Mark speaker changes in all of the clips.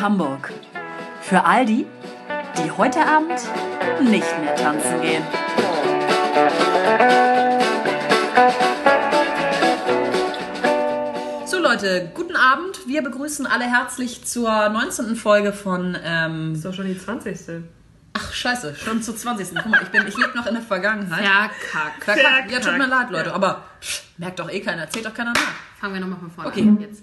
Speaker 1: Hamburg. Für all die, die heute Abend nicht mehr tanzen gehen.
Speaker 2: So Leute, guten Abend. Wir begrüßen alle herzlich zur 19. Folge von ähm,
Speaker 3: Ist doch schon die 20.
Speaker 2: Ach scheiße, schon zur 20. Guck mal, ich, bin- ich lebe noch in der Vergangenheit.
Speaker 3: Verkack.
Speaker 2: Verkackt. Ja, tut mir leid, Leute, aber pff, merkt doch eh keiner, zählt doch keiner nach.
Speaker 3: Fangen wir nochmal von vorne
Speaker 2: Okay.
Speaker 3: an. Jetzt.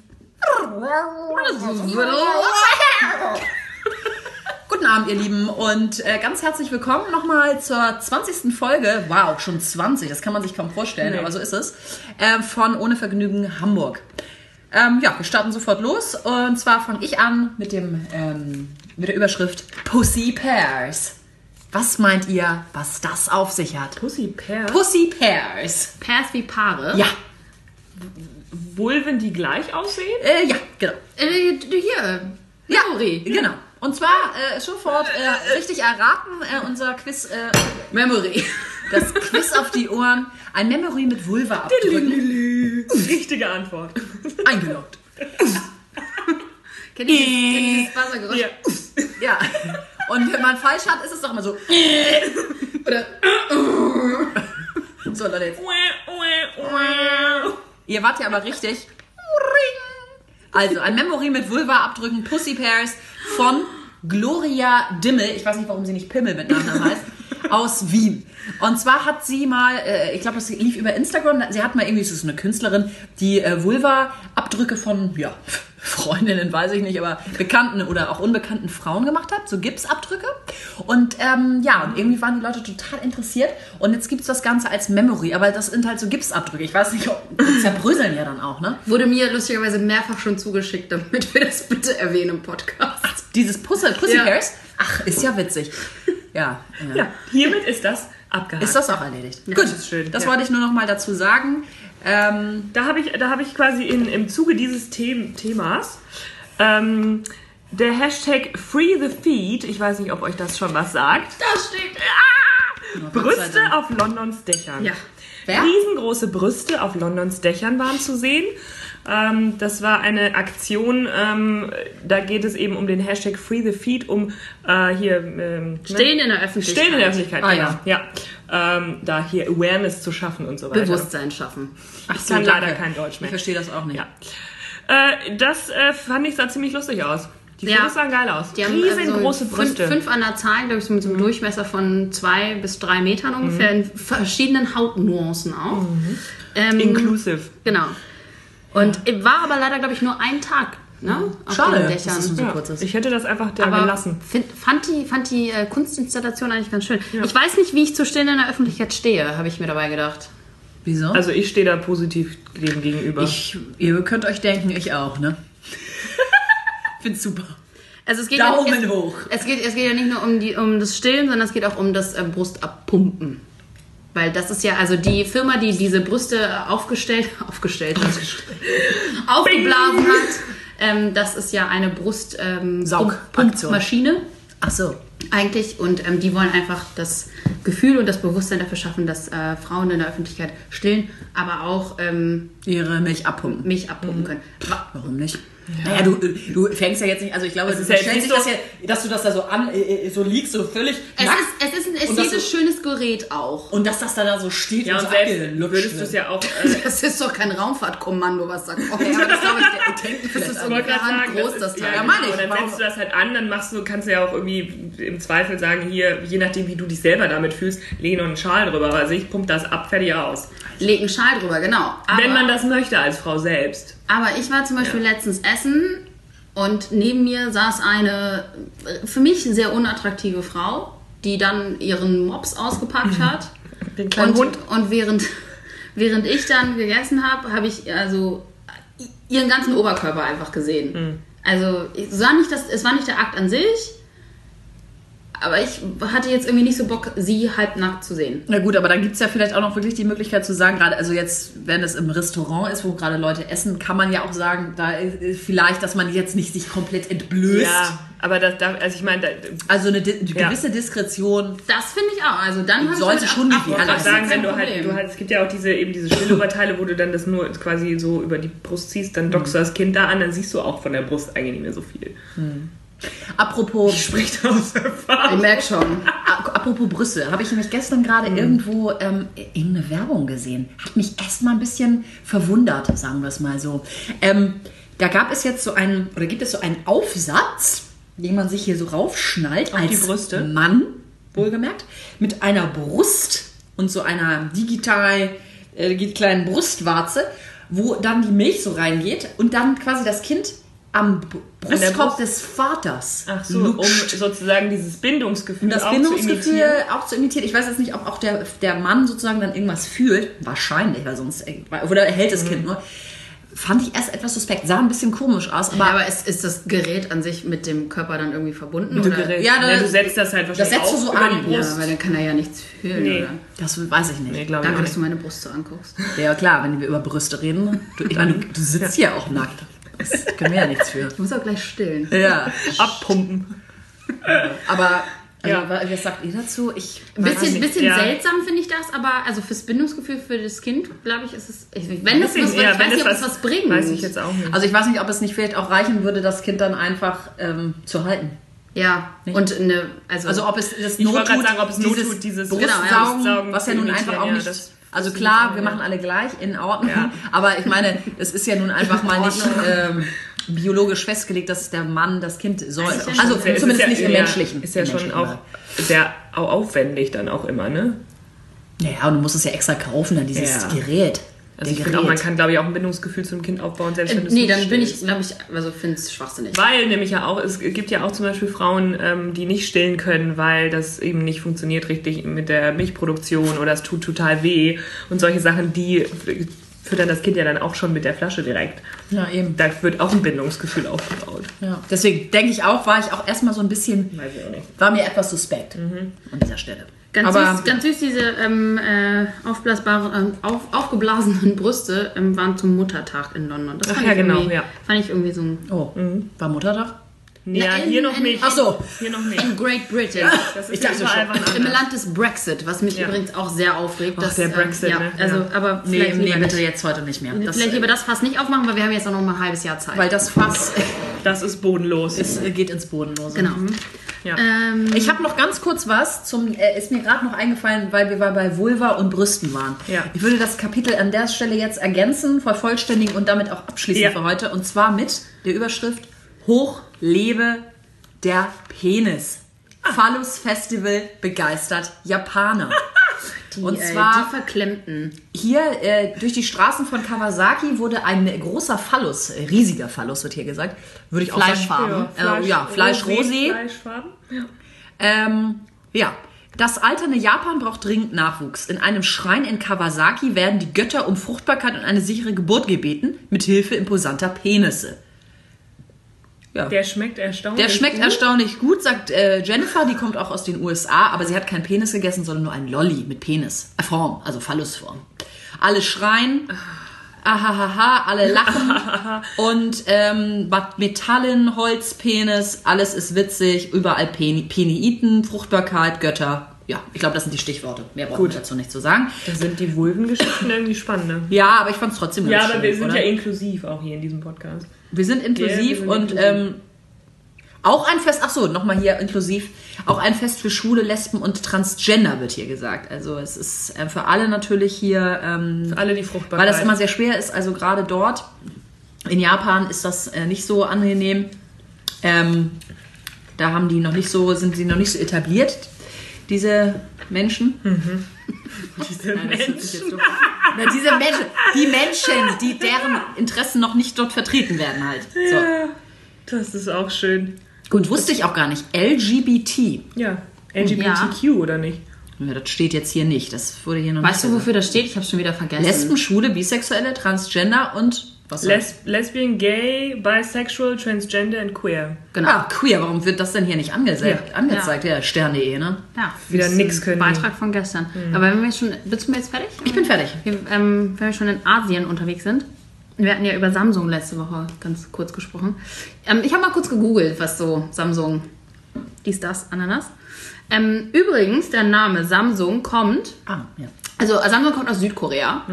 Speaker 2: Guten Abend, ihr Lieben, und äh, ganz herzlich willkommen nochmal zur 20. Folge. Wow, schon 20, das kann man sich kaum vorstellen,
Speaker 3: Nee.
Speaker 2: aber so ist es. Ähm, von Ohne Vergnügen Hamburg. Ähm, ja, wir starten sofort los. Und zwar fange ich an mit, dem, ähm, mit der Überschrift Pussy Pears. Was meint ihr, was das auf sich hat?
Speaker 3: Pussy Pair.
Speaker 2: Pussy Pears.
Speaker 4: Pairs wie Paare.
Speaker 2: Ja,
Speaker 3: Vulven, die gleich aussehen?
Speaker 2: äh, ja, genau.
Speaker 4: Äh, du hier.
Speaker 2: Ja,
Speaker 4: Memory.
Speaker 2: genau. Und zwar äh, sofort äh, richtig erraten äh, unser Quiz, äh,
Speaker 4: Memory.
Speaker 2: das Quiz auf die Ohren, ein Memory mit Vulva abdrücken.
Speaker 3: Richtige Antwort.
Speaker 2: Eingeloggt.
Speaker 4: Kennt ihr dieses, kennt ihr dieses Wassergeräusch?
Speaker 3: Ja.
Speaker 2: Ja. Und wenn man falsch hat, ist es doch immer so.
Speaker 4: Oder
Speaker 2: So, Leute, jetzt. Ihr wart ja aber richtig. Also, ein Memory mit Vulva abdrücken, Pussy Pairs von Gloria Dimmel. Ich weiß nicht, warum sie nicht Pimmel mit Nachnamen heißt. Aus Wien. Und zwar hat sie mal, äh, ich glaube, das lief über Instagram. Sie hat mal irgendwie, es ist eine Künstlerin, die äh, Vulva-Abdrücke von, ja, Freundinnen, weiß ich nicht, aber bekannten oder auch unbekannten Frauen gemacht hat, so Gipsabdrücke. Und ähm, ja, und irgendwie waren die Leute total interessiert. Und jetzt gibt es das Ganze als Memory, aber das sind halt so Gipsabdrücke. Ich weiß nicht, ob, zerbröseln ja dann auch, ne?
Speaker 4: wurde mir lustigerweise mehrfach schon zugeschickt, damit wir das bitte erwähnen im Podcast.
Speaker 2: Dieses Pussy, Pussy
Speaker 4: Ja.
Speaker 2: Hairs? Ach, ist ja witzig. Ja, ja.
Speaker 3: Ja, hiermit ist das abgehakt.
Speaker 2: Ist das auch erledigt?
Speaker 4: Ja,
Speaker 2: Gut,
Speaker 3: das ist schön,
Speaker 2: das
Speaker 3: ja.
Speaker 2: wollte ich nur noch mal dazu sagen. Ähm,
Speaker 3: da habe ich, da hab ich quasi in, im Zuge dieses The Themas ähm, der Hashtag Free the Feet, ich weiß nicht, ob euch das schon was sagt,
Speaker 4: Da steht.
Speaker 2: Gott
Speaker 3: Brüste
Speaker 2: sei Dank.
Speaker 3: auf Londons Dächern.
Speaker 4: Ja.
Speaker 2: Wer?
Speaker 3: Riesengroße Brüste auf Londons Dächern waren zu sehen. Ähm, das war eine Aktion, ähm, da geht es eben um den Hashtag Free the Feet, um äh, hier... Ähm,
Speaker 4: Stehen in der Öffentlichkeit.
Speaker 3: Stehen in der Öffentlichkeit,
Speaker 2: Ah,
Speaker 3: genau. Ja. Ähm, da hier Awareness zu schaffen und so weiter.
Speaker 4: Bewusstsein schaffen.
Speaker 3: Ach, ich
Speaker 2: so,
Speaker 3: kann leider
Speaker 2: danke.
Speaker 3: kein Deutsch
Speaker 2: ich
Speaker 3: mehr.
Speaker 2: verstehe das auch nicht.
Speaker 3: Ja. Äh, das äh, fand ich sah ziemlich lustig aus. Die
Speaker 4: Ja.
Speaker 3: Fotos sahen geil aus.
Speaker 4: Die haben
Speaker 3: Riesengroße
Speaker 4: also
Speaker 3: Brüste.
Speaker 4: Fünf, fünf an der Zahl, glaube ich, so mit so einem Durchmesser von zwei bis drei Metern ungefähr, in verschiedenen Hautnuancen auch. Ähm,
Speaker 3: Inclusive.
Speaker 4: Genau. Und war aber leider, glaube ich, nur ein Tag. Ne? Auf
Speaker 2: Schade,
Speaker 4: den
Speaker 2: dass
Speaker 4: Dächern.
Speaker 2: es nur so
Speaker 3: Ja.
Speaker 2: kurz ist.
Speaker 3: Ich hätte das einfach da
Speaker 4: aber
Speaker 3: gelassen.
Speaker 4: Find, fand die, fand die äh, Kunstinstallation eigentlich ganz schön. Ich weiß nicht, wie ich zu Stillen in der Öffentlichkeit stehe, habe ich mir dabei gedacht.
Speaker 2: Wieso?
Speaker 3: Also ich stehe da positiv dem gegenüber.
Speaker 2: ich, ihr könnt euch denken, ich auch, ne? Find's super.
Speaker 4: Also es geht ja,
Speaker 2: Daumen
Speaker 4: es,
Speaker 2: hoch.
Speaker 4: Es geht, es geht ja nicht nur um, die, um das Stillen, sondern es geht auch um das äh, Brustabpumpen. Weil das ist ja, also die Firma, die diese Brüste äh, aufgestellt, aufgestellt hat, aufgeblasen hat, ähm, das ist ja eine Brust ähm,
Speaker 2: Saugaktion.
Speaker 4: Maschine
Speaker 2: Ach so.
Speaker 4: eigentlich. Und ähm, die wollen einfach das Gefühl und das Bewusstsein dafür schaffen, dass äh, Frauen in der Öffentlichkeit stillen, aber auch ähm,
Speaker 2: Ihre Milch abpumpen.
Speaker 4: Milch abpumpen können. Wa-
Speaker 2: Warum nicht? Naja, du, du fängst ja jetzt nicht, also ich glaube,
Speaker 3: ist
Speaker 2: du
Speaker 3: ja
Speaker 2: stellst
Speaker 3: jetzt
Speaker 2: dich
Speaker 3: nicht
Speaker 2: das
Speaker 3: so-
Speaker 2: ja, dass du das da so an, äh, äh, so liegst, so völlig
Speaker 4: Es
Speaker 2: nackt
Speaker 4: ist, es ist ein
Speaker 2: Und das
Speaker 4: ästhetisch schönes Gerät auch.
Speaker 2: und dass das da, da so steht
Speaker 3: ja,
Speaker 2: und so
Speaker 3: und selbst
Speaker 2: abgelutscht ne?
Speaker 3: würdest du
Speaker 2: wird.
Speaker 3: es ja auch... Äh,
Speaker 4: Das ist doch kein Raumfahrtkommando, was da kommt. Ja, das, glaub ich, der- das ist
Speaker 3: ich wollte
Speaker 4: ungefähr
Speaker 3: gerade sagen,
Speaker 4: handgroß, das
Speaker 3: ist-
Speaker 4: Teil.
Speaker 3: Ja,
Speaker 4: Ja, meine
Speaker 3: genau.
Speaker 4: ich.
Speaker 3: Und dann
Speaker 4: Warum-
Speaker 3: setzt du das halt an, dann machst du, kannst du ja auch irgendwie im Zweifel sagen, hier, je nachdem, wie du dich selber damit fühlst, lege noch einen Schal drüber. Also ich pump das ab, fertig aus.
Speaker 4: Leg einen Schal drüber, genau. Aber,
Speaker 3: Wenn man das möchte als Frau selbst.
Speaker 4: aber ich war zum Beispiel letztens essen und neben mir saß eine äh, für mich sehr unattraktive Frau, die dann ihren Mops ausgepackt hat.
Speaker 3: Den
Speaker 4: Und, und während, während ich dann gegessen habe, habe ich also ihren ganzen Oberkörper einfach gesehen. Also ich sah nicht das, es war nicht der Akt an sich, aber ich hatte jetzt irgendwie nicht so Bock, sie halbnackt zu sehen.
Speaker 2: Na gut, aber dann gibt es ja vielleicht auch noch wirklich die Möglichkeit zu sagen, gerade, also jetzt, wenn es im Restaurant ist, wo gerade Leute essen, kann man ja auch sagen, da ist ist vielleicht, dass man jetzt nicht sich komplett entblößt.
Speaker 3: Ja, aber das, da- also ich meine, da-
Speaker 2: Also eine di
Speaker 3: Ja.
Speaker 2: gewisse Diskretion.
Speaker 4: Das finde ich auch. Also dann habe ich
Speaker 2: Sollte
Speaker 4: damit
Speaker 2: schon
Speaker 4: ab-
Speaker 2: die
Speaker 4: ab-
Speaker 2: Wahl
Speaker 4: ab-
Speaker 2: sein.
Speaker 3: sagen,
Speaker 4: kein
Speaker 3: wenn du halt,
Speaker 4: Problem.
Speaker 3: du halt, es gibt ja auch diese eben diese Stillüberteile, wo du dann das nur Mhm. quasi so über die Brust ziehst, dann dockst du das Kind da an, dann siehst du auch von der Brust eigentlich nicht mehr so viel.
Speaker 2: Apropos
Speaker 3: Spricht aus
Speaker 4: Ich
Speaker 3: Erfahrung.
Speaker 4: merke schon.
Speaker 2: A- Apropos Brüste, habe ich nämlich gestern gerade
Speaker 3: Mhm.
Speaker 2: irgendwo ähm, irgendeine Werbung gesehen. Hat mich erstmal ein bisschen verwundert, sagen wir es mal so. Ähm, da gab es jetzt so einen, oder gibt es so einen Aufsatz, den man sich hier so raufschnallt
Speaker 3: Auf
Speaker 2: als
Speaker 3: die Brüste?
Speaker 2: Mann, wohlgemerkt, mit einer Brust und so einer digital äh, kleinen Brustwarze, wo dann die Milch so reingeht und dann quasi das Kind am B-
Speaker 3: der
Speaker 2: Brustkorb
Speaker 3: Brust?
Speaker 2: des Vaters
Speaker 3: Ach so, um
Speaker 2: lutscht
Speaker 3: sozusagen dieses Bindungsgefühl
Speaker 2: das
Speaker 3: auch zu
Speaker 2: Bindungsgefühl
Speaker 3: imitieren.
Speaker 2: auch zu imitieren. Ich weiß jetzt nicht, ob auch der, der Mann sozusagen dann irgendwas fühlt. Wahrscheinlich, weil sonst äh, oder er hält das
Speaker 3: Mhm.
Speaker 2: Kind nur. Fand ich erst etwas suspekt. Sah ein bisschen komisch aus, aber,
Speaker 4: Ja, aber ist, ist das Gerät an sich mit dem Körper dann irgendwie verbunden?
Speaker 3: Mit dem
Speaker 4: oder?
Speaker 3: Gerät.
Speaker 2: Ja, da-
Speaker 3: Nee, du setzt das halt wahrscheinlich
Speaker 2: setzt du
Speaker 3: auf
Speaker 2: so
Speaker 3: über
Speaker 2: an,
Speaker 3: die
Speaker 4: Ja,
Speaker 3: Brust.
Speaker 4: weil dann kann er ja nichts fühlen,
Speaker 3: Nee.
Speaker 4: oder?
Speaker 2: das weiß ich nicht.
Speaker 3: Nee, glaube ich
Speaker 4: Danke,
Speaker 3: auch
Speaker 4: dass du
Speaker 3: nicht.
Speaker 4: meine Brust so anguckst.
Speaker 2: ja, klar, wenn wir über Brüste reden. Du, ich meine, du, du sitzt hier auch nackt. Das können wir ja nichts für.
Speaker 4: Ich muss auch gleich stillen.
Speaker 2: Ja,
Speaker 3: Abpumpen.
Speaker 2: aber also,
Speaker 3: Ja.
Speaker 2: wa- was sagt ihr dazu? Ich
Speaker 4: Ein bisschen,
Speaker 2: weiß nicht.
Speaker 4: bisschen
Speaker 3: ja.
Speaker 4: seltsam finde ich das, aber also fürs Bindungsgefühl für das Kind, glaube ich, ist es. Ich, wenn das
Speaker 3: Deswegen,
Speaker 4: was,
Speaker 3: ja,
Speaker 4: ich
Speaker 3: wenn
Speaker 4: weiß nicht, ob
Speaker 3: das
Speaker 4: es
Speaker 3: was-
Speaker 4: was bringt.
Speaker 3: Weiß ich jetzt auch nicht.
Speaker 2: Also ich weiß nicht, ob es nicht vielleicht auch reichen würde, das Kind dann einfach ähm, zu halten.
Speaker 4: Ja, und eine, also,
Speaker 2: Also ob es das
Speaker 3: Ich
Speaker 2: Not
Speaker 3: wollte
Speaker 2: tut,
Speaker 3: gerade sagen, ob es Not tut, dieses-
Speaker 2: Brustsaugen,
Speaker 4: Genau, ja,
Speaker 3: Brustsaugen
Speaker 2: was ja
Speaker 3: zu
Speaker 2: nun
Speaker 3: imitieren,
Speaker 2: einfach auch
Speaker 3: ja,
Speaker 2: nicht...
Speaker 3: das-
Speaker 2: also
Speaker 3: das
Speaker 2: klar,
Speaker 3: ist-
Speaker 2: wir machen alle gleich, in Ordnung.
Speaker 3: Ja.
Speaker 2: Aber ich meine, es ist ja nun einfach mal nicht ähm, biologisch festgelegt, dass der Mann das Kind soll.
Speaker 4: Das ist ja schon
Speaker 2: Also
Speaker 4: sehr-
Speaker 3: Es
Speaker 2: zumindest
Speaker 3: ist ja-
Speaker 2: nicht im
Speaker 3: ja,
Speaker 2: menschlichen.
Speaker 3: Ist ja
Speaker 2: im
Speaker 3: schon
Speaker 2: menschlichen
Speaker 3: auch sehr au- aufwendig dann auch immer, ne?
Speaker 2: Bereich. Ja, und du musst es ja extra kaufen, dann dieses
Speaker 3: Ja.
Speaker 2: Gerät.
Speaker 3: Also ich
Speaker 2: Der
Speaker 3: finde auch, man
Speaker 2: Gerät.
Speaker 3: kann, glaube ich, auch ein Bindungsgefühl zum Kind aufbauen, selbst
Speaker 4: äh,
Speaker 3: wenn du es
Speaker 4: nee,
Speaker 3: nicht
Speaker 4: dann bin ich,
Speaker 3: stillst.
Speaker 4: glaube ich, also finde es schwachsinnig.
Speaker 3: Weil nämlich ja auch, es gibt ja auch zum Beispiel Frauen, ähm, die nicht stillen können, weil das eben nicht funktioniert richtig mit der Milchproduktion oder es tut total weh und solche Sachen, die füttern das Kind ja dann auch schon mit der Flasche direkt.
Speaker 2: Ja, eben.
Speaker 3: Da wird auch ein Bindungsgefühl aufgebaut.
Speaker 2: Ja. Deswegen denke ich auch, war ich auch erstmal so ein bisschen,
Speaker 3: Weiß ich auch nicht.
Speaker 2: war mir etwas suspekt
Speaker 3: Mhm.
Speaker 2: an dieser Stelle.
Speaker 4: Ganz,
Speaker 2: Aber
Speaker 4: süß, ganz süß, diese ähm, äh, aufblasbaren, ähm, auf, aufgeblasenen Brüste ähm, waren zum Muttertag in London. Das
Speaker 3: Ach
Speaker 4: fand
Speaker 3: ja,
Speaker 4: ich
Speaker 3: genau,
Speaker 4: irgendwie-
Speaker 3: ja.
Speaker 4: Fand ich irgendwie so ein
Speaker 2: oh,
Speaker 3: Mhm.
Speaker 2: war Muttertag?
Speaker 3: Nee, ja,
Speaker 4: Na, in-
Speaker 3: hier noch
Speaker 4: in-
Speaker 3: nicht.
Speaker 2: Ach so.
Speaker 3: Hier noch nicht.
Speaker 4: in Great Britain.
Speaker 3: Das
Speaker 2: Ich
Speaker 3: ist ja
Speaker 2: dachte
Speaker 3: überall
Speaker 2: schon.
Speaker 3: was
Speaker 4: Im
Speaker 3: anderes.
Speaker 4: Land des Brexit, was mich
Speaker 3: Ja.
Speaker 4: übrigens auch sehr aufregt.
Speaker 3: Ach,
Speaker 4: dass,
Speaker 3: der
Speaker 4: ähm,
Speaker 3: Brexit,
Speaker 4: ja,
Speaker 3: ne?
Speaker 4: Also,
Speaker 3: Ja.
Speaker 4: aber
Speaker 2: Nee,
Speaker 4: vielleicht
Speaker 2: nee,
Speaker 4: lieber
Speaker 2: bitte
Speaker 4: nicht.
Speaker 2: jetzt heute nicht mehr. Das,
Speaker 4: Vielleicht
Speaker 2: äh,
Speaker 4: lieber das Fass nicht aufmachen, weil wir haben jetzt auch noch mal ein halbes Jahr Zeit.
Speaker 2: weil das Fass äh,
Speaker 3: Das ist bodenlos.
Speaker 2: Es äh, geht ins Bodenlose.
Speaker 4: genau.
Speaker 3: Ja.
Speaker 4: Ähm,
Speaker 2: Ich habe noch ganz kurz was zum. Äh, ist mir gerade noch eingefallen, weil wir bei Vulva und Brüsten waren.
Speaker 3: Ja.
Speaker 2: Ich würde das Kapitel an der Stelle jetzt ergänzen, vervollständigen und damit auch abschließen
Speaker 3: Ja.
Speaker 2: für heute. Und zwar mit der Überschrift Hoch lebe der Penis.
Speaker 4: Ah.
Speaker 2: Phallus Festival begeistert Japaner.
Speaker 4: die,
Speaker 2: und
Speaker 4: äh,
Speaker 2: zwar-
Speaker 4: die Verklemmten.
Speaker 2: Hier äh, durch die Straßen von Kawasaki wurde ein großer Phallus, äh, riesiger Phallus wird hier gesagt, würde ich auch sagen.
Speaker 4: Fleischfarben.
Speaker 2: Ja, äh, ja Fleischrosé.
Speaker 3: Fleischfarben.
Speaker 2: Ähm, ja. Das alternde Japan braucht dringend Nachwuchs. In einem Schrein in Kawasaki werden die Götter um Fruchtbarkeit und eine sichere Geburt gebeten, mit Hilfe imposanter Penisse. Ja.
Speaker 3: Der schmeckt erstaunlich.
Speaker 2: Der schmeckt
Speaker 3: gut.
Speaker 2: erstaunlich gut, sagt äh, Jennifer, die kommt auch aus den USA, aber sie hat keinen Penis gegessen, sondern nur einen Lolli mit Penis. Äh, Form, also Phallusform. Alle schreien,
Speaker 3: Ah.
Speaker 2: ahahaha, alle lachen und ähm, Bad Metallen, Holz, Penis, alles ist witzig, überall Peni Peniiten, Fruchtbarkeit, Götter. Ja, ich glaube, das sind die Stichworte. Mehr brauchen wir dazu nicht zu sagen.
Speaker 3: Da sind die Vulvengeschichten irgendwie spannender.
Speaker 2: Ja, aber ich fand es trotzdem
Speaker 3: Ja,
Speaker 2: ganz
Speaker 3: aber
Speaker 2: schön,
Speaker 3: wir sind
Speaker 2: oder?
Speaker 3: ja inklusiv auch hier in diesem Podcast.
Speaker 2: Wir sind inklusiv
Speaker 3: Ja, wir sind
Speaker 2: und
Speaker 3: inklusiv.
Speaker 2: ähm, auch ein Fest, ach so, nochmal hier inklusiv, auch ein Fest für Schwule, Lesben und Transgender wird hier gesagt. Also es ist äh, für alle natürlich hier, ähm,
Speaker 3: Alle die Fruchtbarkeit.
Speaker 2: weil das immer sehr schwer ist, also gerade dort in Japan ist das äh, nicht so angenehm. Ähm, da haben die noch nicht so, sind sie noch nicht so etabliert, diese Menschen.
Speaker 4: Mhm.
Speaker 3: diese Menschen.
Speaker 2: Na, diese Menschen, die Menschen, die deren Interessen noch nicht dort vertreten werden halt. So.
Speaker 3: Ja, das ist auch schön.
Speaker 2: Gut, wusste ich auch gar nicht. LGBT.
Speaker 3: Ja, LGBTQ oder nicht?
Speaker 2: Ja, das steht jetzt hier nicht. Das wurde hier noch nicht
Speaker 4: Weißt du,
Speaker 2: gesagt.
Speaker 4: wofür das steht? Ich habe schon wieder vergessen.
Speaker 2: Lesben, Schwule, Bisexuelle, Transgender und was soll's?
Speaker 3: Les Lesbian, Gay, Bisexual, Transgender and Queer.
Speaker 4: Genau.
Speaker 2: Ah, queer. Warum wird das denn hier nicht angezeigt?
Speaker 3: Ja.
Speaker 2: angezeigt? Ja, Stern.de, ne?
Speaker 4: Ja,
Speaker 3: Wieder
Speaker 4: das ist
Speaker 3: nix
Speaker 4: ein
Speaker 3: können die.
Speaker 4: Beitrag von gestern. Aber wenn wir jetzt schon, bist du mir jetzt fertig? Äh,
Speaker 2: Ich bin fertig.
Speaker 4: Wir, ähm, wenn wir schon in Asien unterwegs sind, wir hatten ja über Samsung letzte Woche ganz kurz gesprochen. Ähm, ich habe mal kurz gegoogelt, was so Samsung, dies, das, Ananas. Ähm, übrigens, der Name Samsung kommt,
Speaker 2: Ah, ja.
Speaker 4: also äh, Samsung kommt aus Südkorea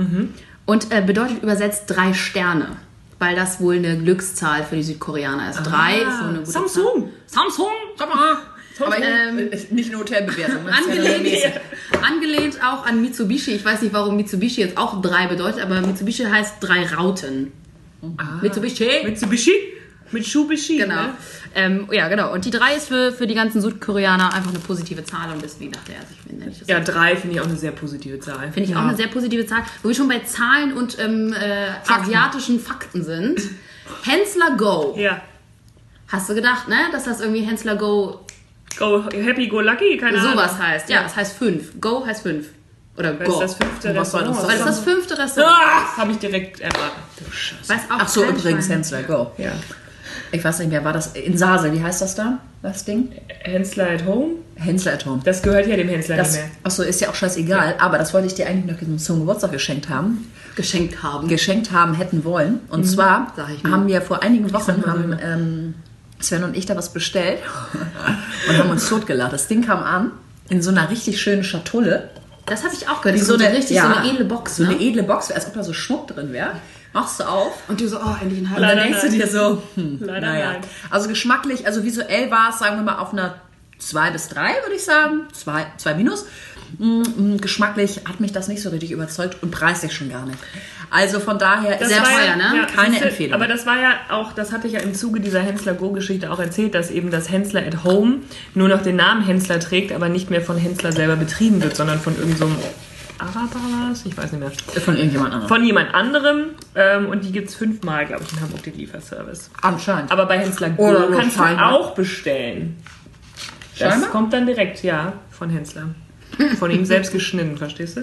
Speaker 4: und äh, bedeutet übersetzt drei Sterne, weil das wohl eine Glückszahl für die Südkoreaner ist. Drei ist so eine gute Zahl.
Speaker 3: Samsung. Samsung!
Speaker 2: Sag mal. Aber
Speaker 4: Ähm,
Speaker 2: ich, nicht eine Hotelbewertung. ne? das ist ja nur
Speaker 4: Angelehnt,
Speaker 2: mäßig.
Speaker 4: angelehnt auch an Mitsubishi. Ich weiß nicht, warum Mitsubishi jetzt auch drei bedeutet, aber Mitsubishi heißt drei Rauten.
Speaker 3: Ah.
Speaker 4: Mitsubishi.
Speaker 3: Mitsubishi? Mitsubishi?
Speaker 4: Genau.
Speaker 3: Ne?
Speaker 4: Ähm, ja, genau. Und die drei ist für, für die ganzen Südkoreaner einfach eine positive Zahl und deswegen dachte er, also ich finde nicht. das
Speaker 3: Ja, drei finde ich auch eine sehr positive Zahl.
Speaker 4: Finde ich auch eine sehr positive Zahl. Wo wir schon bei Zahlen und ähm, äh, asiatischen Fakten sind. Hensler Go.
Speaker 3: Ja.
Speaker 4: Hast du gedacht, ne? Dass das irgendwie Hensler Go
Speaker 3: Go, happy, go lucky, keine Ahnung.
Speaker 4: sowas heißt. Ja, das heißt fünf. Go heißt fünf. Oder
Speaker 3: Weil es
Speaker 4: Go.
Speaker 3: das fünfte
Speaker 2: was soll das
Speaker 4: Weil das Also-
Speaker 3: Restaurant Also,
Speaker 4: das fünfte Restaurant
Speaker 3: Ah, habe ich direkt erratet.
Speaker 4: ist. Weiß auch
Speaker 2: Ach so,
Speaker 4: kein
Speaker 2: übrigens,
Speaker 4: Schwein.
Speaker 2: Hensler, go.
Speaker 3: Ja.
Speaker 2: Ich weiß nicht mehr, war das in Sasel, wie heißt das da? Das Ding?
Speaker 3: Hensler at Home?
Speaker 2: Hensler at Home.
Speaker 3: Das gehört ja dem Hensler
Speaker 2: Das,
Speaker 3: nicht mehr.
Speaker 2: achso, ist ja auch scheißegal, aber das wollte ich dir eigentlich noch zum Geburtstag geschenkt haben.
Speaker 4: geschenkt haben.
Speaker 2: geschenkt haben hätten wollen. Und zwar
Speaker 4: Sag ich mir.
Speaker 2: haben wir vor einigen Wochen haben, ähm, Sven und ich da was bestellt und haben uns totgelacht. Das Ding kam an in so einer richtig schönen Schatulle.
Speaker 4: das habe ich auch gehört.
Speaker 2: Die
Speaker 4: Das ist so eine richtig so eine edle Box.
Speaker 2: So
Speaker 4: Ne?
Speaker 2: eine edle Box, als ob da so Schmuck drin wäre. Machst du auf
Speaker 4: und du so, oh, endlich ein
Speaker 2: und
Speaker 4: halber.
Speaker 2: dann
Speaker 3: Leider
Speaker 2: denkst du
Speaker 3: nein.
Speaker 2: dir so, hm,
Speaker 3: Leider
Speaker 2: naja.
Speaker 3: nein.
Speaker 2: Also geschmacklich, also visuell war es, sagen wir mal, auf einer 2 bis 3, würde ich sagen. 2 zwei, zwei minus. Hm, hm, Geschmacklich hat mich das nicht so richtig überzeugt und preislich schon gar nicht. Also von daher ist
Speaker 3: Das
Speaker 2: es
Speaker 4: Sehr
Speaker 3: war
Speaker 4: teuer, ne?
Speaker 2: Keine
Speaker 3: siehste,
Speaker 2: Empfehlung.
Speaker 3: Aber das war ja auch, das hatte ich ja im Zuge dieser Hensler-Go-Geschichte auch erzählt, dass eben das Hensler at Home nur noch den Namen Hensler trägt, aber nicht mehr von Hensler selber betrieben wird, sondern von irgendeinem Araber war es? Ich weiß nicht mehr.
Speaker 2: Von irgendjemand anderem.
Speaker 3: Von jemand anderem. Ähm, und die gibt es fünfmal, glaube ich, in Hamburg, den Lieferservice.
Speaker 2: Anscheinend.
Speaker 3: Aber bei Hensler Go
Speaker 4: Oh,
Speaker 2: Oder nur
Speaker 3: kannst du
Speaker 4: ne?
Speaker 2: Scheinbar.
Speaker 3: auch bestellen. Das
Speaker 2: Scheinbar?
Speaker 3: kommt dann direkt, ja, von Hensler. Von ihm selbst geschnitten, verstehst du?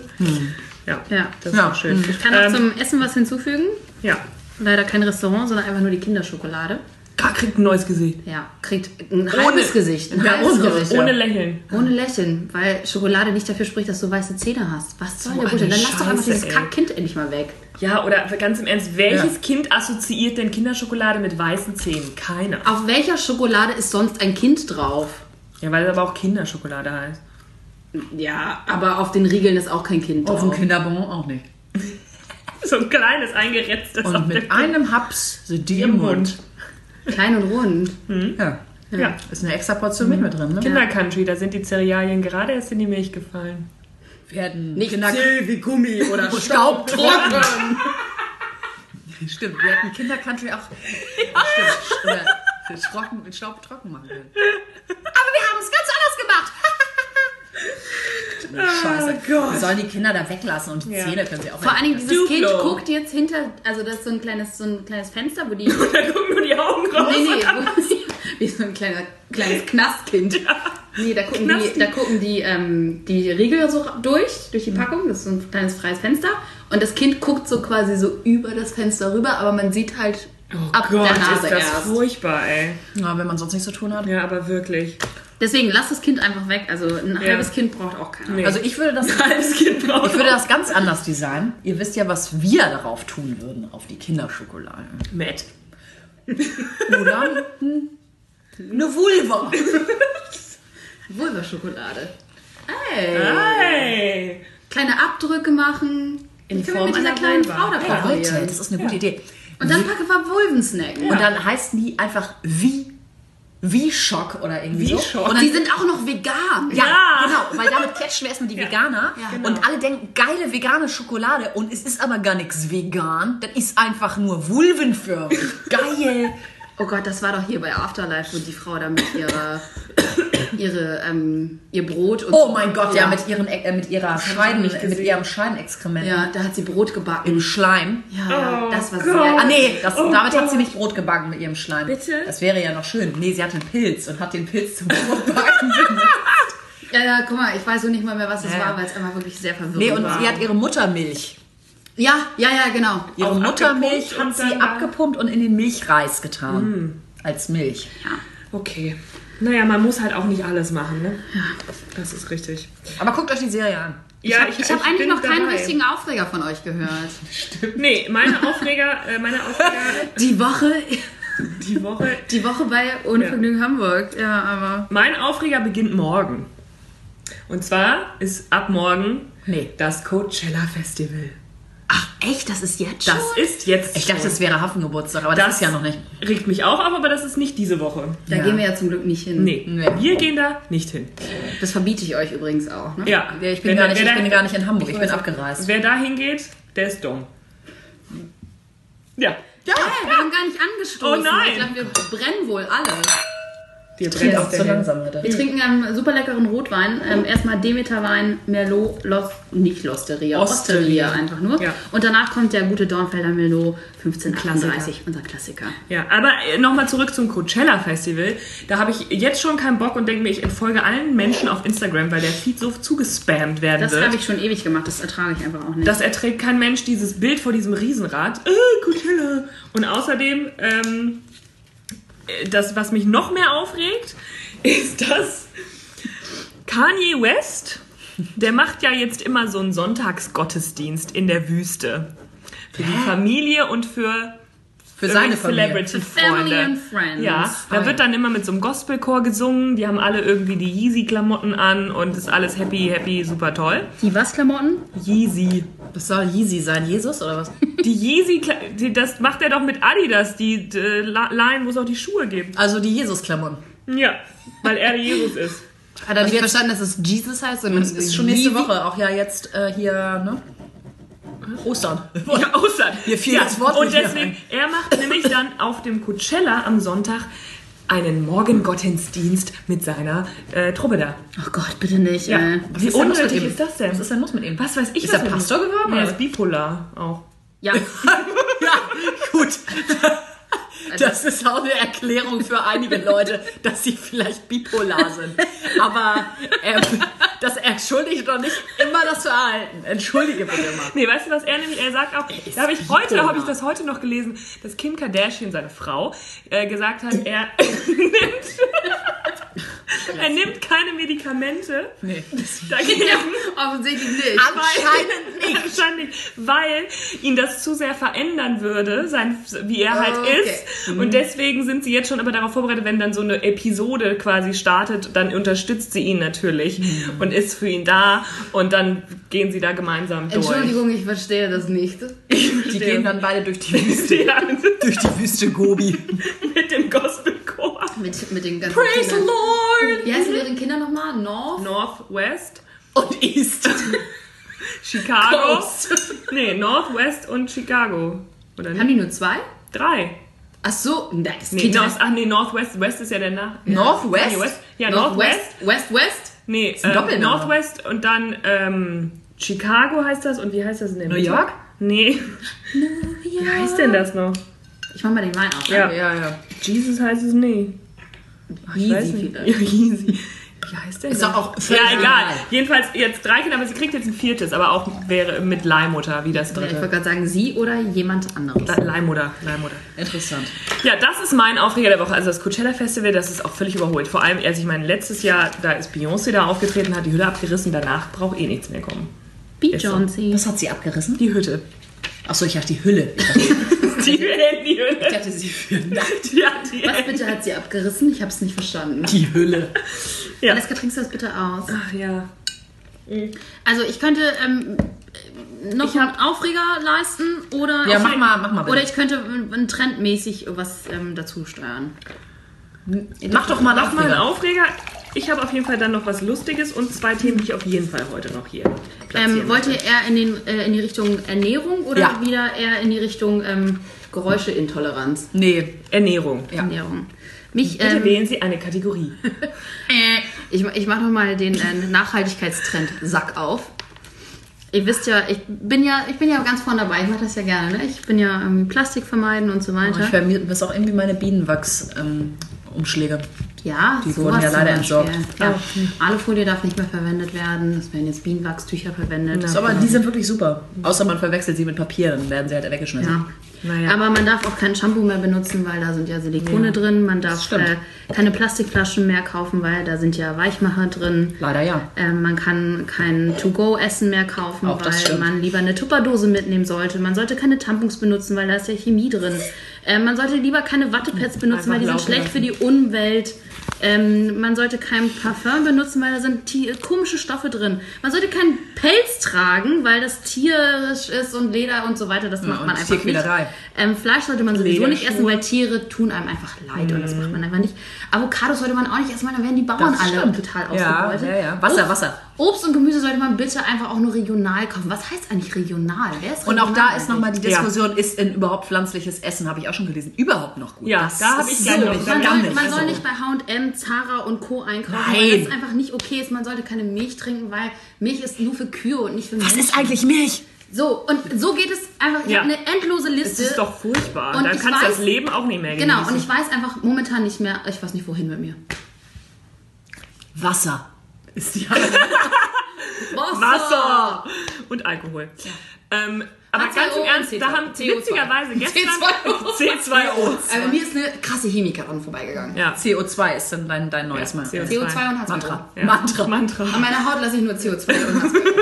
Speaker 3: Ja,
Speaker 4: Ja. Ähm.
Speaker 3: das
Speaker 2: Hm.
Speaker 3: ist
Speaker 2: Ja. Hm.
Speaker 3: auch schön. Ähm,
Speaker 4: Ich kann auch zum Essen was hinzufügen.
Speaker 3: ja,
Speaker 4: Leider kein Restaurant, sondern einfach nur die Kinderschokolade.
Speaker 3: da kriegt ein neues Gesicht.
Speaker 4: Ja, kriegt ein halbes Gesicht. Ein
Speaker 2: Ja,
Speaker 4: halbes
Speaker 2: ohne-
Speaker 4: Gesicht.
Speaker 3: Ohne Lächeln.
Speaker 4: Ohne Lächeln, weil Schokolade nicht dafür spricht, dass du weiße Zähne hast. Was soll
Speaker 3: So
Speaker 4: der Bullshit?
Speaker 3: eine
Speaker 4: Dann lass doch einfach
Speaker 3: Scheiße,
Speaker 4: dieses
Speaker 3: ey.
Speaker 4: Kackkind endlich mal weg.
Speaker 3: Ja, oder ganz im Ernst, welches
Speaker 2: Ja.
Speaker 3: Kind assoziiert denn Kinderschokolade mit weißen Zähnen? Keiner.
Speaker 4: Auf welcher Schokolade ist sonst ein Kind drauf?
Speaker 3: Ja, weil es aber auch Kinderschokolade heißt.
Speaker 4: Ja, aber auf den Riegeln ist auch kein Kind
Speaker 2: Auf dem
Speaker 4: drauf.
Speaker 2: Kinderbon auch nicht.
Speaker 3: So ein kleines, eingeretztes. auf
Speaker 2: Und mit
Speaker 3: der-
Speaker 2: einem Haps sind die im Mund.
Speaker 4: Klein und rund.
Speaker 2: Ja.
Speaker 3: Ja.
Speaker 2: Ist eine extra Portion
Speaker 3: Mhm.
Speaker 2: mit mit drin, ne?
Speaker 3: Genau. Kindercountry, da sind die Cerealien gerade erst in die Milch gefallen.
Speaker 2: Werden
Speaker 4: Nicht
Speaker 2: Kinder
Speaker 4: zäh
Speaker 2: wie Gummi oder
Speaker 4: Staubtrocken!
Speaker 2: Stimmt, wir hätten Kindercountry auch stimmt, oder trocken, mit Staub trocken machen können. Aber wir haben es ganz anders gemacht. Scheiße.
Speaker 3: Gott.
Speaker 2: Wir sollen die Kinder da weglassen und die Zähne können sie auch
Speaker 4: Vor allen Dingen dieses Kind
Speaker 3: Duplo.
Speaker 4: guckt jetzt hinter, also das ist so ein kleines, so ein kleines Fenster, wo die. nee,
Speaker 3: Da gucken nur die Augen raus.
Speaker 4: nee, wo sie, wie so ein kleiner, kleines Knastkind. Nee, da gucken die,
Speaker 3: Knasti.
Speaker 4: da gucken die, ähm, die Riegel so durch,
Speaker 3: Mhm.
Speaker 4: durch die Packung. Das ist so ein kleines freies Fenster. Und das Kind guckt so quasi so über das Fenster rüber, aber man sieht halt ab der Nase
Speaker 3: Oh ist das
Speaker 4: erst.
Speaker 3: furchtbar, ey.
Speaker 2: Ja, wenn man sonst nichts zu tun hat.
Speaker 3: Ja, aber wirklich.
Speaker 4: Deswegen lass das Kind einfach weg. Also ein halbes Kind braucht auch keiner.
Speaker 3: Nee.
Speaker 2: Also ich würde das
Speaker 3: Alles Kind braucht
Speaker 2: Ich würde das ganz anders designen. Ihr wisst ja, was wir darauf tun würden, auf die Kinderschokolade.
Speaker 3: Matt.
Speaker 2: Oder hm, eine Vulva.
Speaker 4: Vulva-Schokolade. Ey.
Speaker 3: Hey.
Speaker 4: Kleine Abdrücke machen. In
Speaker 3: Form
Speaker 4: mit dieser
Speaker 3: einer
Speaker 4: kleinen
Speaker 3: Vulva.
Speaker 4: Frau da
Speaker 2: Ja, Leute,
Speaker 4: präparieren.
Speaker 2: das ist eine gute Idee.
Speaker 4: Und dann packe wir Vulvensnacken.
Speaker 2: Und dann heißen die einfach wie wie Schock oder irgendwie so.
Speaker 3: Wie-Schock.
Speaker 2: Und
Speaker 4: Und
Speaker 2: dann,
Speaker 4: die sind auch noch vegan.
Speaker 2: ja,
Speaker 3: Ja. Genau.
Speaker 2: genau, weil damit catchen wir erstmal die Veganer und alle denken geile vegane Schokolade und es ist aber gar nichts vegan, das ist einfach nur vulvenförmig. Geil.
Speaker 4: Oh Gott, das war doch hier bei Afterlife, wo die Frau da mit ihrer, ihre, ähm, ihr Brot und
Speaker 2: Oh
Speaker 4: so-
Speaker 2: mein Gott, ja, mit ihren äh, mit ihrer Scheiden,
Speaker 3: nicht
Speaker 2: mit
Speaker 3: gesehen.
Speaker 2: ihrem Scheinexkrement
Speaker 4: Ja, da hat sie Brot
Speaker 2: im
Speaker 4: gebacken.
Speaker 2: Schleim.
Speaker 4: Ja, ja,
Speaker 3: Oh
Speaker 4: das war
Speaker 3: Gott.
Speaker 4: sehr.
Speaker 2: Ah nee, das,
Speaker 3: Oh
Speaker 2: damit hat
Speaker 3: Gott.
Speaker 2: sie nicht Brot gebacken mit ihrem Schleim.
Speaker 3: Bitte?
Speaker 2: Das wäre ja noch schön. Nee, sie hatte einen Pilz und hat den Pilz zum Brot gebacken.
Speaker 4: Ja, ja, guck mal, ich weiß so nicht mal mehr, was es
Speaker 2: Ja,
Speaker 4: war,
Speaker 2: ja.
Speaker 4: weil es einfach wirklich sehr verwirrend
Speaker 2: nee, und
Speaker 4: war.
Speaker 2: sie hat ihre Muttermilch.
Speaker 4: ja, ja, ja, genau.
Speaker 2: Ihre
Speaker 3: Auch
Speaker 2: Muttermilch
Speaker 3: abgepumpt
Speaker 2: und
Speaker 3: und
Speaker 2: sie
Speaker 3: dann- Mhm.
Speaker 2: abgepumpt und in den Milchreis getan. Als Milch.
Speaker 3: Okay. Naja, man muss halt auch nicht alles machen, ne? Ja. Das ist richtig.
Speaker 2: Aber guckt euch die Serie an.
Speaker 3: Ja,
Speaker 4: Ich habe eigentlich
Speaker 3: bin
Speaker 4: noch keinen
Speaker 3: dabei.
Speaker 4: richtigen Aufreger von euch gehört.
Speaker 3: Nee, meine Aufreger, äh, meine Aufreger
Speaker 4: Die Woche,
Speaker 3: die Woche.
Speaker 4: die Woche bei Unvergnügen Hamburg. Ja, aber.
Speaker 3: Mein Aufreger beginnt morgen. Und zwar ist ab morgen
Speaker 2: Nee.
Speaker 3: das Coachella Festival.
Speaker 2: Ach, Echt, das ist jetzt
Speaker 3: Das ist jetzt.
Speaker 2: ich dachte,
Speaker 3: schon.
Speaker 2: es wäre Hafengeburtstag, aber das, ist ja noch nicht.
Speaker 3: Regt mich auch auf, aber das ist nicht diese Woche.
Speaker 4: Da
Speaker 2: Ja.
Speaker 4: gehen wir ja zum Glück nicht hin.
Speaker 3: Nee,
Speaker 2: Nee.
Speaker 3: wir gehen da nicht hin.
Speaker 4: Das verbiete ich euch übrigens auch. Ne?
Speaker 3: Ja.
Speaker 2: Ja, ich bin,
Speaker 3: Wer
Speaker 2: gar
Speaker 3: da-
Speaker 2: nicht,
Speaker 3: wer
Speaker 2: ich
Speaker 3: da-
Speaker 2: bin gar nicht in Hamburg, ich bin
Speaker 3: weiß-
Speaker 2: abgereist.
Speaker 3: Wer da hingeht, der ist dumm. Ja.
Speaker 2: Ja,
Speaker 4: Hey, wir haben gar nicht angestoßen.
Speaker 3: Oh nein.
Speaker 4: Ich glaube, wir brennen wohl alle.
Speaker 3: Dir
Speaker 2: ich bin
Speaker 3: brennt
Speaker 2: auch
Speaker 3: auch
Speaker 2: zu
Speaker 3: der Hirn.
Speaker 2: langsam. Ritter.
Speaker 4: Wir trinken einen super leckeren Rotwein. Ähm, erstmal Demeterwein, Merlot, Los, nicht Losteria,
Speaker 2: Osteria.
Speaker 4: Osteria einfach nur.
Speaker 3: Ja.
Speaker 4: Und danach kommt der gute Dornfelder Merlot 1538, unser Klassiker.
Speaker 3: Ja, aber äh, nochmal zurück zum Coachella Festival. Da habe ich jetzt schon keinen Bock und denke mir, ich entfolge allen Menschen auf Instagram, weil der Feed so zugespammt werden
Speaker 4: Das
Speaker 3: wird.
Speaker 4: habe ich schon ewig gemacht, das ertrage ich einfach auch nicht.
Speaker 3: Das erträgt kein Mensch, dieses Bild vor diesem Riesenrad. Äh, Coachella. Und außerdem, ähm, äh, das, was mich noch mehr aufregt, ist, dass Kanye West, der macht ja jetzt immer so einen Sonntagsgottesdienst in der Wüste. Für die Familie und für
Speaker 2: Für seine Familie.
Speaker 4: Family and
Speaker 3: Celebrity-Freunde.
Speaker 4: Friends.
Speaker 3: Ja, da wird dann immer mit so einem Gospelchor gesungen. Die haben alle irgendwie die Yeezy-Klamotten an und ist alles happy, happy, super toll.
Speaker 4: Die was Klamotten?
Speaker 3: Yeezy.
Speaker 2: Das soll Yeezy sein, Jesus oder was?
Speaker 3: Die Yeezy, Kle- die- das macht er doch mit Adidas, die äh, La- Line, wo es auch die Schuhe gibt.
Speaker 2: Also die Jesus-Klamotten. Also
Speaker 3: Ja, weil er Jesus ist.
Speaker 4: Hat er
Speaker 2: nicht
Speaker 4: verstanden, dass es Jesus heißt? Und
Speaker 2: Das ist schon nächste Woche, auch ja jetzt äh, hier, ne? Ostern.
Speaker 3: Ja, außer.
Speaker 2: Mir fiel das Wort
Speaker 3: Und
Speaker 2: nicht mehr
Speaker 3: deswegen, er macht nämlich dann auf dem Coachella am Sonntag einen Morgengottesdienst mit seiner äh, Truppe da.
Speaker 4: Oh Gott, bitte nicht. äh. Ey.
Speaker 3: Wie
Speaker 2: Äh, ist denn los
Speaker 3: unnötig
Speaker 2: mit ihm?
Speaker 3: ist das denn?
Speaker 2: Was ist denn los mit ihm?
Speaker 3: Was weiß ich,
Speaker 2: Ist
Speaker 3: was
Speaker 2: er
Speaker 3: mit ihm-
Speaker 2: Pastor geworden,
Speaker 3: Nee, Er
Speaker 2: oder?
Speaker 3: ist bipolar auch.
Speaker 4: Ja,
Speaker 2: ja, gut. Das ist auch eine Erklärung für einige Leute, dass sie vielleicht bipolar sind. Aber ähm, das entschuldigt doch nicht immer das Verhalten. Entschuldige bitte mal.
Speaker 3: Nee, weißt du, was er nämlich, er sagt auch, da habe ich heute, habe ich das heute noch gelesen, dass Kim Kardashian, seine Frau, äh, gesagt hat, er nimmt, er nimmt keine Medikamente.
Speaker 2: Nee.
Speaker 3: Dagegen,
Speaker 4: offensichtlich nicht.
Speaker 2: Aber- Anscheinend
Speaker 3: nicht. Wahrscheinlich, weil ihn das zu sehr verändern würde, sein, wie er halt
Speaker 4: Okay.
Speaker 3: ist. Und deswegen sind sie jetzt schon aber darauf vorbereitet, wenn dann so eine Episode quasi startet, dann unterstützt sie ihn natürlich und ist für ihn da und dann gehen sie da gemeinsam durch.
Speaker 4: Entschuldigung, ich verstehe das nicht.
Speaker 2: Die gehen dann beide durch die Wüste.
Speaker 3: Ja,
Speaker 2: Durch die Wüste Gobi.
Speaker 3: mit dem Gospelchor.
Speaker 4: Mit, mit den ganzen
Speaker 2: Praise the
Speaker 4: Kindern.
Speaker 2: Lord!
Speaker 4: Wie heißen deren Kinder nochmal? North?
Speaker 3: Northwest,
Speaker 2: Und East.
Speaker 3: Chicago.
Speaker 2: Coast.
Speaker 3: Nee, Northwest und Chicago. Oder
Speaker 4: Haben
Speaker 3: nicht?
Speaker 4: die nur zwei?
Speaker 3: Drei.
Speaker 4: Ach so, nein, das
Speaker 3: Nee,
Speaker 4: Kind
Speaker 3: North, ach nee, Northwest. West ist ja der Nach.
Speaker 2: Northwest?
Speaker 3: Nee, West. Ja, Northwest.
Speaker 4: Northwest? West, West?
Speaker 3: Nee,
Speaker 2: ein
Speaker 3: äh,
Speaker 2: Doppelname.
Speaker 3: Northwest und dann ähm, Chicago heißt das und wie heißt das in der
Speaker 2: New
Speaker 3: Mitte?
Speaker 2: York?
Speaker 3: Nee. Wie heißt denn das noch?
Speaker 4: Ich mach mal den Wein auf.
Speaker 3: Ja.
Speaker 2: Ja, ja.
Speaker 3: Jesus heißt es nie. Oh, Ich weiß
Speaker 4: Easy
Speaker 3: nicht.
Speaker 4: vielleicht.
Speaker 3: Ja, easy. Wie heißt der
Speaker 2: Ist
Speaker 3: denn?
Speaker 2: doch auch
Speaker 3: Ja,
Speaker 2: völlig
Speaker 3: egal.
Speaker 2: egal.
Speaker 3: Jedenfalls jetzt drei Kinder, aber sie kriegt jetzt ein viertes, aber auch wäre mit Leihmutter wie das
Speaker 4: Ja, ich
Speaker 3: dritte.
Speaker 4: wollte gerade sagen, sie oder jemand anderes.
Speaker 3: Le- Leihmutter, Leihmutter.
Speaker 2: Interessant.
Speaker 3: Ja, das ist mein Aufreger der Woche. Also das Coachella Festival, das ist auch völlig überholt. Vor allem, als ich meine, letztes Jahr, da ist Beyoncé da aufgetreten, hat die Hülle abgerissen, danach braucht eh nichts mehr kommen.
Speaker 4: B.
Speaker 3: so.
Speaker 4: Johnson.
Speaker 2: Was hat sie abgerissen?
Speaker 3: Die Hütte.
Speaker 2: Achso, ich dachte die Hülle.
Speaker 3: Die, die Hütte.
Speaker 2: Ich dachte sie für nackt.
Speaker 3: Ja, die,
Speaker 4: Was bitte hat sie abgerissen? Ich hab's nicht verstanden.
Speaker 2: Die Hülle.
Speaker 3: Ja.
Speaker 4: Alles trinkst du das bitte aus.
Speaker 3: Ach ja.
Speaker 4: Also ich könnte ähm, noch einen Aufreger leisten oder
Speaker 2: Ja, mach mal, mach mal bitte.
Speaker 4: oder ich könnte ähm, trendmäßig was ähm, dazu steuern.
Speaker 2: Mach doch mal
Speaker 3: Mach mal einen
Speaker 2: Aufreger.
Speaker 3: Aufreger. Ich habe auf jeden Fall dann noch was Lustiges und zwei Themen, die ich auf jeden Fall heute noch hier platzieren
Speaker 4: Ähm, wollt ihr
Speaker 3: möchte.
Speaker 4: eher in, den, äh, in die Richtung Ernährung oder
Speaker 2: Ja.
Speaker 4: wieder eher in die Richtung ähm, Geräuscheintoleranz?
Speaker 2: Nee.
Speaker 3: Ernährung.
Speaker 2: Ja.
Speaker 4: Ernährung. Mich,
Speaker 3: Bitte
Speaker 4: ähm,
Speaker 3: wählen Sie eine Kategorie.
Speaker 4: äh, ich ich mache nochmal den äh, Nachhaltigkeitstrend-Sack auf. Ihr wisst ja ich, bin ja, ich bin ja ganz vorne dabei. Ich mache das ja gerne. Ne? Ich bin ja ähm, Plastik vermeiden und so
Speaker 2: Oh, Ich
Speaker 4: weiter.
Speaker 2: vermisse auch irgendwie meine Bienenwachs-Umschläge.
Speaker 4: Ja,
Speaker 2: Die
Speaker 4: sowas
Speaker 2: wurden ja
Speaker 4: zum
Speaker 2: leider
Speaker 4: Beispiel.
Speaker 2: entsorgt.
Speaker 4: Ja. Alufolie darf nicht mehr verwendet werden. Es werden jetzt Bienenwachstücher verwendet.
Speaker 2: So, aber die sind wirklich super. Außer man verwechselt sie mit Papier, dann werden sie halt weggeschmissen.
Speaker 4: Ja.
Speaker 3: Naja.
Speaker 4: Aber man darf auch kein Shampoo mehr benutzen, weil da sind ja Silikone drin. Man darf
Speaker 2: stimmt.
Speaker 4: äh, keine Plastikflaschen mehr kaufen, weil da sind ja Weichmacher drin.
Speaker 2: Leider ja.
Speaker 4: Ähm, man kann kein To-Go-Essen mehr kaufen,
Speaker 2: Auch das
Speaker 4: weil
Speaker 2: stimmt.
Speaker 4: man lieber eine Tupperdose mitnehmen sollte. Man sollte keine Tampons benutzen, weil da ist ja Chemie drin. Ähm, man sollte lieber keine Wattepads
Speaker 3: Einfach
Speaker 4: benutzen, weil die sind
Speaker 3: laufen
Speaker 4: schlecht
Speaker 3: lassen.
Speaker 4: für die Umwelt. Ähm, man sollte kein Parfum benutzen, weil da sind ti- komische Stoffe drin. Man sollte keinen Pelz tragen, weil das tierisch ist und Leder und so weiter. Das macht
Speaker 2: und
Speaker 4: man einfach nicht.
Speaker 2: Tierquälerei.
Speaker 4: Ähm, Fleisch sollte man sowieso nicht
Speaker 3: Lederschuhe.
Speaker 4: essen, weil Tiere tun einem einfach leid und das macht man einfach nicht. Avocados sollte man auch nicht essen, weil dann werden die Bauern
Speaker 2: Mhm. Das
Speaker 4: alle
Speaker 2: stimmt.
Speaker 4: total
Speaker 2: Ja,
Speaker 4: ausgebeutet.
Speaker 2: ja, ja. Wasser,
Speaker 4: Obst,
Speaker 2: Wasser.
Speaker 4: Obst und Gemüse sollte man bitte einfach auch nur regional kaufen. Was heißt eigentlich regional? Wer ist
Speaker 2: Und
Speaker 4: regional
Speaker 2: auch da ist nochmal die
Speaker 3: Ja.
Speaker 2: Diskussion, ist denn überhaupt pflanzliches Essen, habe ich auch schon gelesen, überhaupt noch gut?
Speaker 3: Ja, da habe ich gleich noch-
Speaker 2: nicht,
Speaker 3: da
Speaker 4: Man
Speaker 3: gar
Speaker 4: soll,
Speaker 3: nicht.
Speaker 4: man soll nicht bei H&M, Zara und Co. einkaufen,
Speaker 2: Also Nein.
Speaker 4: weil das einfach nicht okay ist. Man sollte keine Milch trinken, weil Milch ist nur für Kühe und nicht für Menschen.
Speaker 1: Was ist eigentlich Milch?
Speaker 4: so, und so geht es einfach. Ich
Speaker 3: Ja.
Speaker 4: habe eine endlose
Speaker 3: Das
Speaker 4: Liste.
Speaker 3: ist doch furchtbar.
Speaker 4: äh, Und
Speaker 3: da
Speaker 4: ich
Speaker 3: kannst du das
Speaker 4: weiß-
Speaker 3: Leben auch nicht mehr genießen.
Speaker 4: genau, und ich weiß einfach momentan nicht mehr, ich weiß nicht, wohin mit mir.
Speaker 2: Wasser ist die andere.
Speaker 4: Wasser!
Speaker 3: Wasser und Alkohol. Ähm, aber
Speaker 4: H2O
Speaker 3: ganz im
Speaker 4: und
Speaker 3: Ernst, da
Speaker 4: C2O.
Speaker 3: haben witzigerweise gestern
Speaker 4: C2O.
Speaker 3: C2O.
Speaker 4: Also mir ist eine krasse Chemikerin vorbeigegangen.
Speaker 3: Ja.
Speaker 2: CO2 ist dann dein, dein neues Mal.
Speaker 3: CO2.
Speaker 4: CO2 und Harzmittel.
Speaker 2: Mantra.
Speaker 3: Ja.
Speaker 2: Mantra.
Speaker 4: An
Speaker 3: Mantra.
Speaker 4: meiner Haut lasse ich nur CO2 und Harzmittel.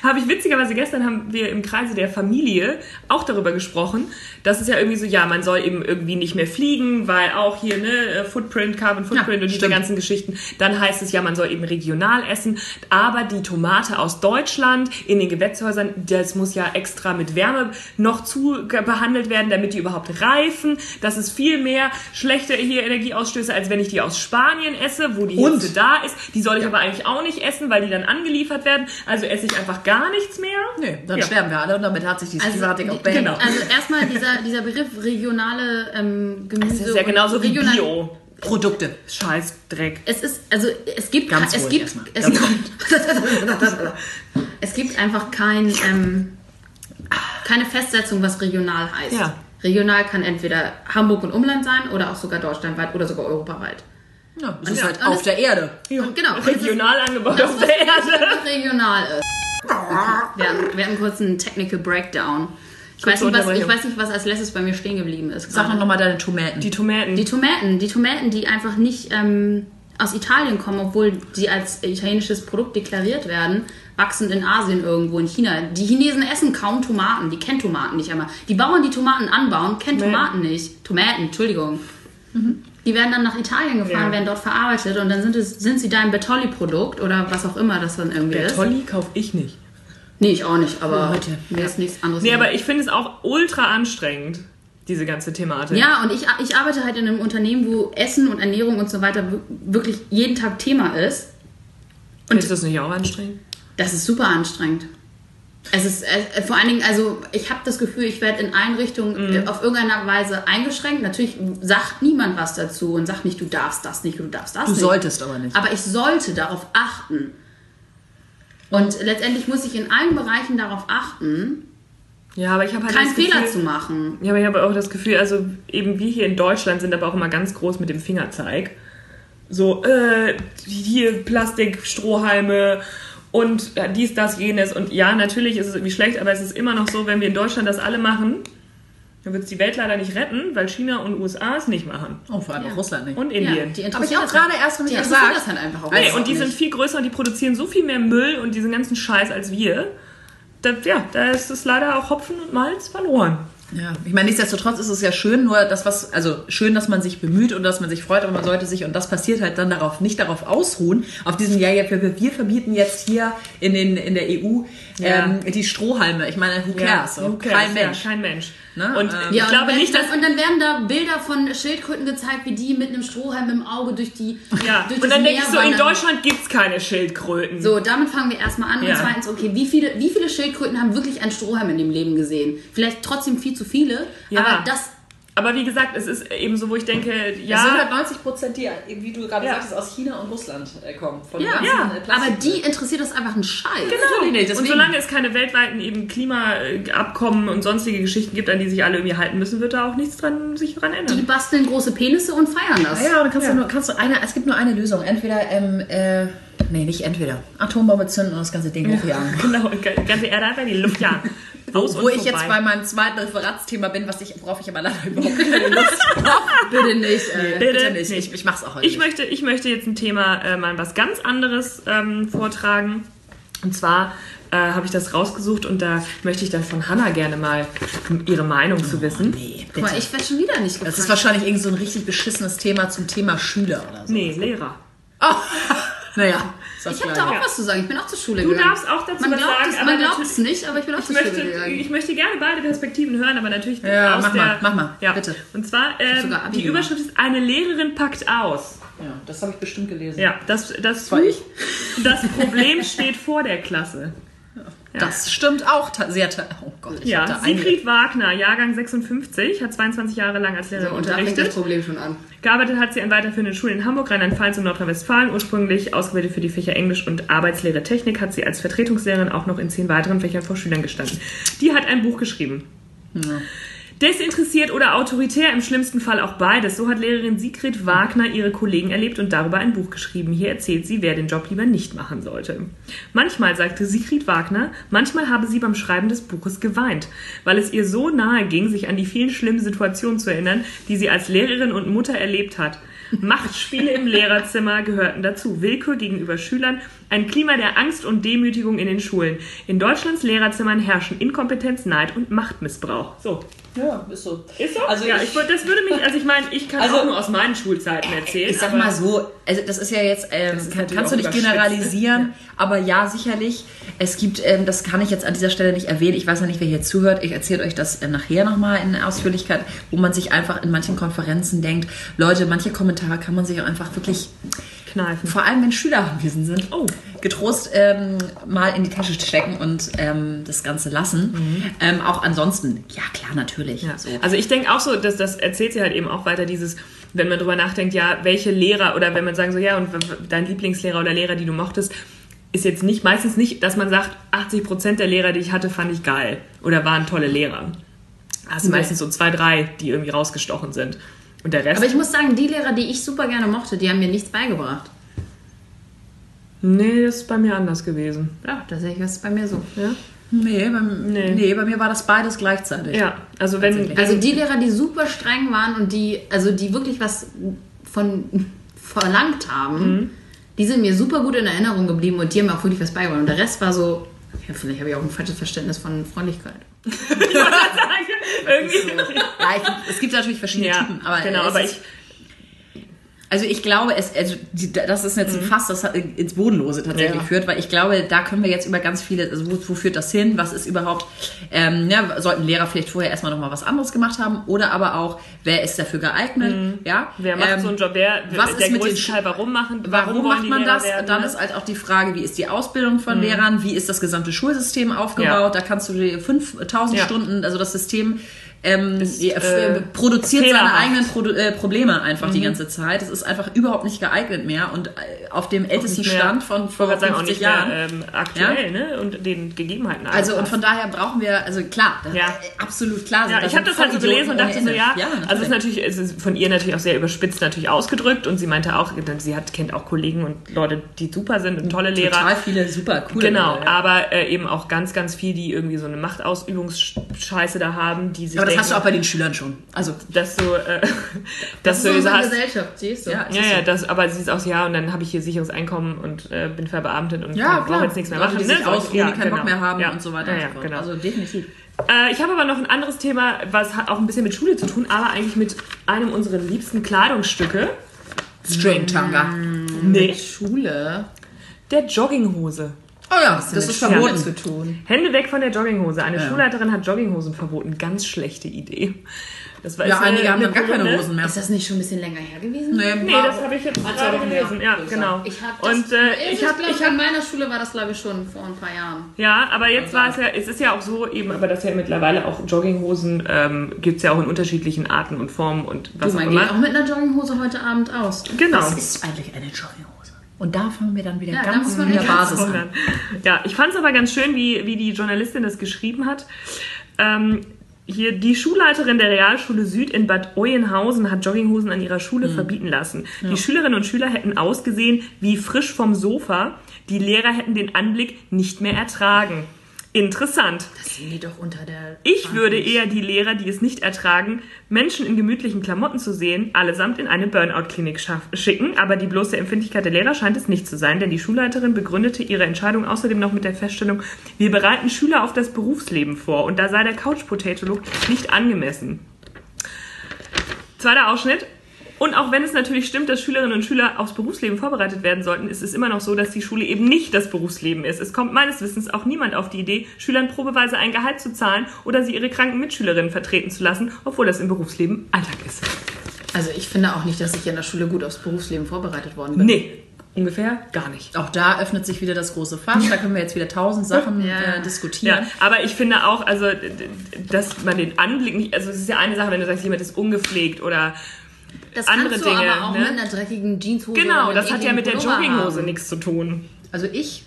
Speaker 3: Habe ich witzigerweise gestern haben wir im Kreise der Familie auch darüber gesprochen, dass es ja irgendwie so, ja, man soll eben irgendwie nicht mehr fliegen, weil auch hier, ne, äh, Footprint, Carbon Footprint und diese
Speaker 2: stimmt.
Speaker 3: ganzen Geschichten. Dann heißt es ja, man soll eben regional essen, aber die Tomate aus Deutschland in den Gewächshäusern, das muss ja extra mit Wärme noch zu ge- behandelt werden, damit die überhaupt reifen. Das ist viel mehr schlechte hier Energieausstöße, als wenn ich die aus Spanien esse, wo die
Speaker 2: Und?
Speaker 3: Hitze da ist. Die soll ich aber eigentlich auch nicht essen, weil die dann angeliefert werden. Also esse ich einfach gar nichts mehr.
Speaker 2: Nee, dann
Speaker 3: Ja.
Speaker 2: sterben wir alle und damit hat sich die Thematik auch beendet.
Speaker 3: Genau.
Speaker 4: also erstmal dieser, dieser Begriff regionale ähm, Gemüse.
Speaker 3: Das ist ja
Speaker 4: und
Speaker 3: genauso wie
Speaker 4: regional-
Speaker 3: Bio.
Speaker 2: Produkte.
Speaker 3: Scheiß Dreck.
Speaker 4: Es ist, also es gibt,
Speaker 2: Ganz
Speaker 4: es
Speaker 2: ruhig
Speaker 4: gibt,
Speaker 2: erstmal.
Speaker 4: es,
Speaker 2: Ganz
Speaker 4: es gibt einfach kein, ähm, keine Festsetzung, was regional heißt.
Speaker 3: Ja.
Speaker 4: Regional kann entweder Hamburg und Umland sein oder auch sogar deutschlandweit oder sogar europaweit.
Speaker 2: Ja, es ist
Speaker 4: ja,
Speaker 2: halt
Speaker 4: und
Speaker 2: auf
Speaker 4: es-
Speaker 2: der Erde.
Speaker 4: Und genau, und es ist-
Speaker 3: Regional angebaut auf
Speaker 4: Das
Speaker 3: der Erde.
Speaker 4: regional ist. Wir hatten, wir hatten kurz einen Technical Breakdown. Ich weiß, nicht, was, ich
Speaker 3: Unterbrechung.
Speaker 4: weiß nicht, was als letztes bei mir stehen geblieben ist.
Speaker 2: Sag
Speaker 4: gerade.
Speaker 2: doch nochmal deine Tomaten.
Speaker 3: Die Tomaten.
Speaker 4: Die Tomaten, die Tomaten, die einfach nicht ähm, aus Italien kommen, obwohl sie als italienisches Produkt deklariert werden, wachsen in Asien irgendwo, in China. Die Chinesen essen kaum Tomaten, die kennen Tomaten nicht einmal. Die Bauern, die Tomaten anbauen, kennen
Speaker 3: Tomaten.
Speaker 4: Tomaten nicht. Tomaten, Entschuldigung. Die werden dann nach Italien
Speaker 3: Mhm.
Speaker 4: gefahren,
Speaker 3: Ja.
Speaker 4: werden dort verarbeitet und dann sind, es, sind sie dein Bertolli-Produkt oder was auch immer das dann irgendwie ist.
Speaker 3: Tolli kaufe ich nicht.
Speaker 4: Nee, ich auch nicht, aber
Speaker 2: Leute.
Speaker 4: mir ist nichts anderes.
Speaker 3: Oh, Nee,
Speaker 4: mehr.
Speaker 3: aber ich finde es auch ultra anstrengend, diese ganze Thematik.
Speaker 4: Ja, und ich, ich arbeite halt in einem Unternehmen, wo Essen und Ernährung und so weiter w- wirklich jeden Tag Thema ist.
Speaker 3: Und ist das nicht auch anstrengend?
Speaker 4: Das ist super anstrengend. Es ist äh, vor allen Dingen, also ich habe das Gefühl, ich werde in allen
Speaker 3: Mhm.
Speaker 4: Richtungen äh, auf irgendeiner Weise eingeschränkt. Natürlich sagt niemand was dazu und sagt nicht, du darfst das nicht, du darfst das
Speaker 2: Du
Speaker 4: nicht.
Speaker 2: solltest aber nicht.
Speaker 4: Aber ich sollte darauf achten. Und letztendlich muss ich in allen Bereichen darauf achten,
Speaker 3: Ja, aber ich habe halt
Speaker 4: keinen
Speaker 3: das
Speaker 4: Fehler
Speaker 3: Gefühl,
Speaker 4: zu machen.
Speaker 3: Ja, aber ich habe auch das Gefühl, also eben wir hier in Deutschland sind aber auch immer ganz groß mit dem Fingerzeig. So, äh, hier Plastik, Strohhalme und äh, dies, das, jenes. Und ja, natürlich ist es irgendwie schlecht, aber es ist immer noch so, wenn wir in Deutschland das alle machen, dann wird es die Welt leider nicht retten, weil China und USA es nicht machen.
Speaker 2: Oh, vor allem
Speaker 4: Ja.
Speaker 2: auch Russland nicht.
Speaker 3: Und
Speaker 4: Ja,
Speaker 3: Indien.
Speaker 4: die
Speaker 2: Hab ich
Speaker 4: interessieren
Speaker 2: auch
Speaker 4: das
Speaker 2: gerade
Speaker 4: halt-
Speaker 2: erst
Speaker 4: Die
Speaker 2: wieder
Speaker 4: interessieren
Speaker 2: gesagt.
Speaker 4: das halt einfach auch.
Speaker 3: Nee,
Speaker 4: alles
Speaker 3: und die
Speaker 4: nicht.
Speaker 3: sind viel größer und die produzieren so viel mehr Müll und diesen ganzen Scheiß als wir. Da, ja, da ist es leider auch Hopfen und Malz verloren.
Speaker 2: Ja, ich meine, nichtsdestotrotz ist es ja schön, nur das, was, also schön, dass man sich bemüht und dass man sich freut, aber man sollte sich, und das passiert halt dann darauf, nicht darauf ausruhen, auf diesen, ja, ja, wir, wir verbieten jetzt hier in, den, in der EU ähm, die Strohhalme. Ich meine, who cares?
Speaker 3: who
Speaker 2: Auch
Speaker 3: cares?
Speaker 2: Kein
Speaker 3: Ja,
Speaker 2: Mensch.
Speaker 3: kein Mensch.
Speaker 2: Ne?
Speaker 3: Und
Speaker 2: Ähm,
Speaker 3: ich
Speaker 4: Ja, und
Speaker 3: glaube
Speaker 4: dann,
Speaker 3: nicht, dass
Speaker 4: dann, und dann werden da Bilder von Schildkröten gezeigt, wie die mit einem Strohhalm im Auge durch die
Speaker 3: Ja,
Speaker 4: durch
Speaker 3: und
Speaker 4: das
Speaker 3: dann
Speaker 4: Meer
Speaker 3: denke ich so, in
Speaker 4: wandern.
Speaker 3: Deutschland gibt es keine Schildkröten.
Speaker 4: So, damit fangen wir erstmal an.
Speaker 3: Ja.
Speaker 4: Und zweitens, okay, wie viele, wie viele Schildkröten haben wirklich einen Strohhalm in dem Leben gesehen? Vielleicht trotzdem viel zu viele,
Speaker 3: Ja.
Speaker 4: aber das
Speaker 3: Aber wie gesagt, es ist eben so, wo ich denke,
Speaker 2: Es sind
Speaker 3: ja,
Speaker 2: halt 90 Prozent, die, wie du gerade
Speaker 3: Ja.
Speaker 2: sagtest, aus China und Russland äh, kommen. Von
Speaker 4: ja,
Speaker 2: den ganzen, äh, Plastik- Genau.
Speaker 4: aber die interessiert das einfach einen Scheiß.
Speaker 2: Natürlich nicht,
Speaker 3: genau. und
Speaker 2: deswegen.
Speaker 3: solange es keine weltweiten eben Klimaabkommen und sonstige Geschichten gibt, an die sich alle irgendwie halten müssen, wird da auch nichts dran sich dran
Speaker 4: Die
Speaker 3: ändern.
Speaker 4: basteln große Penisse und feiern das.
Speaker 2: Ah Ja, und dann kannst du nur, kannst du eine, es gibt nur eine Lösung. Entweder, ähm, äh, nee, nicht entweder. Atombombe zünden und das ganze Ding hochjagen.
Speaker 3: Genau, und die ganze Erde einfach in die Luft jagen. Raus
Speaker 2: Wo
Speaker 3: und
Speaker 2: ich jetzt bei
Speaker 3: vorbei.
Speaker 2: meinem zweiten Referatsthema bin, was ich, worauf ich aber leider überhaupt keine Lust habe.
Speaker 4: Bitte nicht. Äh,
Speaker 3: Bitte
Speaker 2: Bitte nicht.
Speaker 3: nicht.
Speaker 2: Ich, ich mach's auch heute
Speaker 3: ich
Speaker 2: nicht.
Speaker 3: möchte, ich möchte jetzt ein Thema, äh, mal was ganz anderes ähm, vortragen. Und zwar äh, habe ich das rausgesucht und da möchte ich dann von Hannah gerne mal ähm, ihre Meinung zu wissen.
Speaker 2: Nee,
Speaker 4: Guck mal, ich werde schon wieder nicht gefragt.
Speaker 2: Das ist wahrscheinlich irgend so ein richtig beschissenes Thema zum Thema Schüler oder so.
Speaker 3: Nee, Lehrer.
Speaker 2: Naja, ist das
Speaker 4: ich habe
Speaker 2: gleich.
Speaker 4: da auch
Speaker 3: Ja.
Speaker 4: was zu sagen. Ich bin auch zur Schule
Speaker 3: Du
Speaker 4: gegangen.
Speaker 3: darfst auch dazu
Speaker 4: man
Speaker 3: was
Speaker 4: glaubt
Speaker 3: sagen,
Speaker 4: es,
Speaker 3: aber
Speaker 4: man glaubt
Speaker 3: natürlich-
Speaker 4: es nicht, aber ich bin auch
Speaker 3: Ich
Speaker 4: zur
Speaker 3: möchte,
Speaker 4: Schule gegangen.
Speaker 3: ich möchte gerne beide Perspektiven hören, aber natürlich
Speaker 2: Ja,
Speaker 3: aus
Speaker 2: mach
Speaker 3: der,
Speaker 2: mal, mach mal,
Speaker 3: Ja.
Speaker 2: bitte.
Speaker 3: Und zwar, ähm,
Speaker 4: sogar Abi
Speaker 3: die
Speaker 4: gemacht.
Speaker 3: Überschrift ist, eine Lehrerin packt aus.
Speaker 2: Ja, das habe ich bestimmt gelesen.
Speaker 3: Ja, das, das,
Speaker 2: War ich.
Speaker 3: das Problem steht vor der Klasse.
Speaker 2: Das stimmt auch ta- sehr. Ta oh Gott, ich
Speaker 3: Ja,
Speaker 2: hab da einige.
Speaker 3: Siegfried Wagner, Jahrgang 56, hat 22 Jahre lang als Lehrerin
Speaker 4: So, und da fängt das
Speaker 3: unterrichtet.
Speaker 4: Problem schon an.
Speaker 3: Gearbeitet hat sie an weiterführenden Schulen in Hamburg, Rheinland-Pfalz und Nordrhein-Westfalen. Ursprünglich ausgebildet für die Fächer Englisch und Arbeitslehre Technik, hat sie als Vertretungslehrerin auch noch in zehn weiteren Fächern vor Schülern gestanden. Die hat ein Buch geschrieben. Desinteressiert oder autoritär, im schlimmsten Fall auch beides. So hat Lehrerin Sigrid Wagner ihre Kollegen erlebt und darüber ein Buch geschrieben. Hier erzählt sie, wer den Job lieber nicht machen sollte. Manchmal, sagte Sigrid Wagner, manchmal habe sie beim Schreiben des Buches geweint, weil es ihr so nahe ging, sich an die vielen schlimmen Situationen zu erinnern, die sie als Lehrerin und Mutter erlebt hat. Machtspiele im Lehrerzimmer gehörten dazu. Willkür gegenüber Schülern, ein Klima der Angst und Demütigung in den Schulen. In Deutschlands Lehrerzimmern herrschen Inkompetenz, Neid und Machtmissbrauch. So,
Speaker 2: Ja, ist so.
Speaker 3: ist so?
Speaker 2: Also
Speaker 3: ja,
Speaker 2: ich-
Speaker 3: ich, wollt- das würde mich, also ich meine, ich kann
Speaker 2: Also- Äh,
Speaker 3: auch nur aus meinen Schulzeiten erzählen.
Speaker 2: Ich sag
Speaker 3: aber-
Speaker 2: mal so, also das ist ja jetzt, ähm,
Speaker 3: ist
Speaker 2: kann,
Speaker 3: natürlich
Speaker 2: kannst du
Speaker 3: auch ne?
Speaker 2: nicht
Speaker 3: überspitzt.
Speaker 2: generalisieren, aber ja, sicherlich. Es gibt, ähm, das kann ich jetzt an dieser Stelle nicht erwähnen, ich weiß ja nicht, wer hier zuhört, ich erzähle euch das äh, nachher nochmal in Ausführlichkeit, wo man sich einfach in manchen Konferenzen denkt, Leute, manche Kommentare kann man sich auch einfach wirklich,
Speaker 3: Kneifen.
Speaker 2: vor allem wenn Schüler anwesend sind,
Speaker 3: Oh.
Speaker 2: getrost ähm, mal in die Tasche stecken und ähm, das Ganze lassen. Ähm, auch ansonsten, ja klar, natürlich.
Speaker 3: Mhm. Ja.
Speaker 2: So.
Speaker 3: Also ich denke auch so, dass das erzählt sie halt eben auch weiter dieses, wenn man drüber nachdenkt, ja, welche Lehrer oder wenn man sagen so, ja, und w- w- dein Lieblingslehrer oder Lehrer, die du mochtest, ist jetzt nicht, meistens nicht, dass man sagt, 80 Prozent der Lehrer, die ich hatte, fand ich geil oder waren tolle Lehrer. Das sind meistens so zwei, drei, die irgendwie rausgestochen sind. Und der Rest,
Speaker 4: Aber ich muss sagen, die Lehrer, die ich super gerne mochte, die haben mir nichts beigebracht.
Speaker 3: nee, das ist bei mir anders gewesen.
Speaker 4: Ja, tatsächlich ist es bei mir so.
Speaker 3: Ja,
Speaker 2: Nee, bei, nee. bei mir war das beides gleichzeitig.
Speaker 3: ja also wenn,
Speaker 2: Tatsächlich.
Speaker 4: Also die Lehrer, die super streng waren und die, also die wirklich was von verlangt haben, die sind mir super gut in Erinnerung geblieben und die haben mir auch wirklich was beigebracht. Und der Rest war so, ja, vielleicht habe ich auch ein falsches Verständnis von Freundlichkeit.
Speaker 3: irgendwie,
Speaker 2: Ja, ich, es gibt natürlich verschiedene
Speaker 3: ja,
Speaker 2: Typen, aber
Speaker 3: genau,
Speaker 2: es
Speaker 3: aber
Speaker 2: ist,
Speaker 3: ich,
Speaker 2: also ich glaube, es also die, das ist jetzt ein Fass, das ins Bodenlose tatsächlich
Speaker 3: Mhm. Ja.
Speaker 2: führt, weil ich glaube, da können wir jetzt über ganz viele, also wo, wo führt das hin, was ist überhaupt, ähm, ja, sollten Lehrer vielleicht vorher erstmal nochmal was anderes gemacht haben oder aber auch, wer ist dafür geeignet, ja?
Speaker 3: Mhm. Wer macht
Speaker 2: Ähm,
Speaker 3: so einen Job? Wer,
Speaker 2: was
Speaker 3: der
Speaker 2: ist mit den
Speaker 3: größte
Speaker 2: Sch-
Speaker 3: Teil, warum machen?
Speaker 2: Warum,
Speaker 3: wollen
Speaker 2: macht
Speaker 3: die
Speaker 2: man
Speaker 3: Lehrer
Speaker 2: das?
Speaker 3: werden,
Speaker 2: Dann
Speaker 3: ne? Mhm.
Speaker 2: ist halt auch die Frage, wie ist die Ausbildung von Lehrern, wie ist das gesamte Schulsystem aufgebaut? Da kannst du dir 5000
Speaker 3: Ja.
Speaker 2: Stunden, also das System ähm,
Speaker 3: Ist,
Speaker 2: ja,
Speaker 3: äh,
Speaker 2: produziert seine
Speaker 3: fehlerhaft. Mhm.
Speaker 2: eigenen Produ äh, Probleme einfach die ganze Zeit. Es ist einfach überhaupt nicht geeignet mehr und äh, auf dem ältesten
Speaker 3: Nicht mehr-
Speaker 2: Stand von
Speaker 3: ich wollte
Speaker 2: vor
Speaker 3: gerade sagen, auch
Speaker 2: 50
Speaker 3: nicht
Speaker 2: Jahren.
Speaker 3: mehr ähm, aktuell, ne? Und den Gegebenheiten.
Speaker 2: also und
Speaker 3: angepasst.
Speaker 2: von daher brauchen wir, also klar, das,
Speaker 3: Ja.
Speaker 2: absolut klar.
Speaker 3: ja, ich habe das halt so gelesen und dachte so, ja, also es ist
Speaker 2: natürlich.
Speaker 3: natürlich, es ist von ihr natürlich auch sehr überspitzt natürlich ausgedrückt und sie meinte auch, sie hat kennt auch Kollegen und Leute, die super sind und tolle Lehrer.
Speaker 2: Total viele super coole
Speaker 3: Genau,
Speaker 2: Lehrer, ja.
Speaker 3: aber äh, eben auch ganz, ganz viel, die irgendwie so eine Machtausübungsscheiße da haben, die sich
Speaker 2: Aber das
Speaker 3: denken,
Speaker 2: hast du auch bei den Schülern schon. Also
Speaker 3: dass du, äh, dass
Speaker 4: Das ist
Speaker 3: du
Speaker 4: unsere
Speaker 3: hast,
Speaker 4: Gesellschaft, siehst du?
Speaker 2: Ja, es
Speaker 3: Ja,
Speaker 2: ist
Speaker 3: ja,
Speaker 2: so.
Speaker 3: das, aber sie ist auch so, ja, und dann habe ich hier sicheres Einkommen und äh, bin verbeamtet und
Speaker 2: Ja,
Speaker 3: kann,
Speaker 2: klar.
Speaker 3: brauche jetzt nichts mehr
Speaker 2: Leute,
Speaker 3: machen.
Speaker 2: Die sich
Speaker 3: Solche-
Speaker 2: ausruhen, die keinen Bock mehr haben und so weiter
Speaker 3: Ja,
Speaker 2: und
Speaker 3: ja,
Speaker 2: so fort.
Speaker 3: genau.
Speaker 2: Also definitiv.
Speaker 3: äh, ich habe aber noch ein anderes Thema, was hat auch ein bisschen mit Schule zu tun, aber eigentlich mit einem unserer liebsten Kleidungsstücke.
Speaker 2: String Tanga.
Speaker 3: Nee.
Speaker 4: Schule
Speaker 3: Der Jogginghose.
Speaker 2: Oh ja, das ist verboten.
Speaker 4: zu tun.
Speaker 3: Hände weg von der Jogginghose. Eine Schulleiterin hat Jogginghosen verboten. Ganz schlechte Idee. Das war
Speaker 2: Ja,
Speaker 3: ist eine-
Speaker 2: einige haben
Speaker 3: eine
Speaker 2: dann gar keine
Speaker 3: Kolumne.
Speaker 2: Hosen mehr.
Speaker 4: Ist das nicht schon ein bisschen länger her gewesen?
Speaker 3: Nee, das habe ich jetzt gerade
Speaker 2: Wochen her,
Speaker 3: gelesen. Ja,
Speaker 2: würde ich
Speaker 3: genau.
Speaker 4: Ich habe das,
Speaker 3: und äh, ich
Speaker 4: hab,
Speaker 3: habe
Speaker 4: glaub, ich hab, in meiner Schule war das, glaube ich, schon vor ein paar Jahren.
Speaker 3: Ja, aber jetzt war es ja, es ist ja auch so eben, aber dass ja mittlerweile auch Jogginghosen ähm, gibt's ja auch in unterschiedlichen Arten und Formen und was
Speaker 4: Du,
Speaker 3: auch
Speaker 4: Oh mein geht auch
Speaker 3: immer.
Speaker 4: mit einer Jogginghose heute Abend aus.
Speaker 3: Genau.
Speaker 2: Was ist eigentlich eine Jogginghose? Und da fangen wir dann wieder
Speaker 4: Ja, da
Speaker 2: ganz
Speaker 4: muss man
Speaker 2: an der
Speaker 4: nicht ganz
Speaker 2: Basis an.
Speaker 3: Ja, ich fand's aber ganz schön, wie, wie die Journalistin das geschrieben hat. Ähm, hier, die Schulleiterin der Realschule Süd in Bad Oeynhausen hat Jogginghosen an ihrer
Speaker 4: Hm.
Speaker 3: Schule verbieten lassen. Die Schülerinnen und Schüler hätten ausgesehen wie frisch vom Sofa. Die Lehrer hätten den Anblick nicht mehr ertragen. Interessant.
Speaker 2: Das sehen die doch unter der.
Speaker 3: Ich würde eher die Lehrer, die es nicht ertragen, Menschen in gemütlichen Klamotten zu sehen, allesamt in eine Burnout-Klinik schaff- schicken, aber die bloße Empfindlichkeit der Lehrer scheint es nicht zu sein, denn die Schulleiterin begründete ihre Entscheidung außerdem noch mit der Feststellung, wir bereiten Schüler auf das Berufsleben vor und da sei der Couch-Potato-Look nicht angemessen. Zweiter Ausschnitt. Und auch wenn es natürlich stimmt, dass Schülerinnen und Schüler aufs Berufsleben vorbereitet werden sollten, ist es immer noch so, dass die Schule eben nicht das Berufsleben ist. Es kommt meines Wissens auch niemand auf die Idee, Schülern probeweise ein Gehalt zu zahlen oder sie ihre kranken Mitschülerinnen vertreten zu lassen, obwohl das im Berufsleben Alltag ist.
Speaker 4: Also ich finde auch nicht, dass ich in der Schule gut aufs Berufsleben vorbereitet worden bin.
Speaker 3: Nee, ungefähr gar nicht.
Speaker 2: Auch da öffnet sich wieder das große Fass. Da können wir jetzt wieder tausend Sachen
Speaker 4: Ja.
Speaker 2: äh,
Speaker 3: Ja,
Speaker 2: diskutieren.
Speaker 3: aber ich finde auch, also, d- d- dass man den Anblick nicht, also es ist ja eine Sache, wenn du sagst, jemand ist ungepflegt oder
Speaker 4: Das
Speaker 3: andere
Speaker 4: kannst du
Speaker 3: Dinge,
Speaker 4: aber auch
Speaker 3: ne?
Speaker 4: mit einer dreckigen Jeanshose oder
Speaker 3: genau,
Speaker 4: einem
Speaker 3: das hat ja
Speaker 4: ekligen
Speaker 3: mit der
Speaker 4: Pullover
Speaker 3: Jogginghose
Speaker 4: haben.
Speaker 3: nichts zu tun.
Speaker 2: Also ich.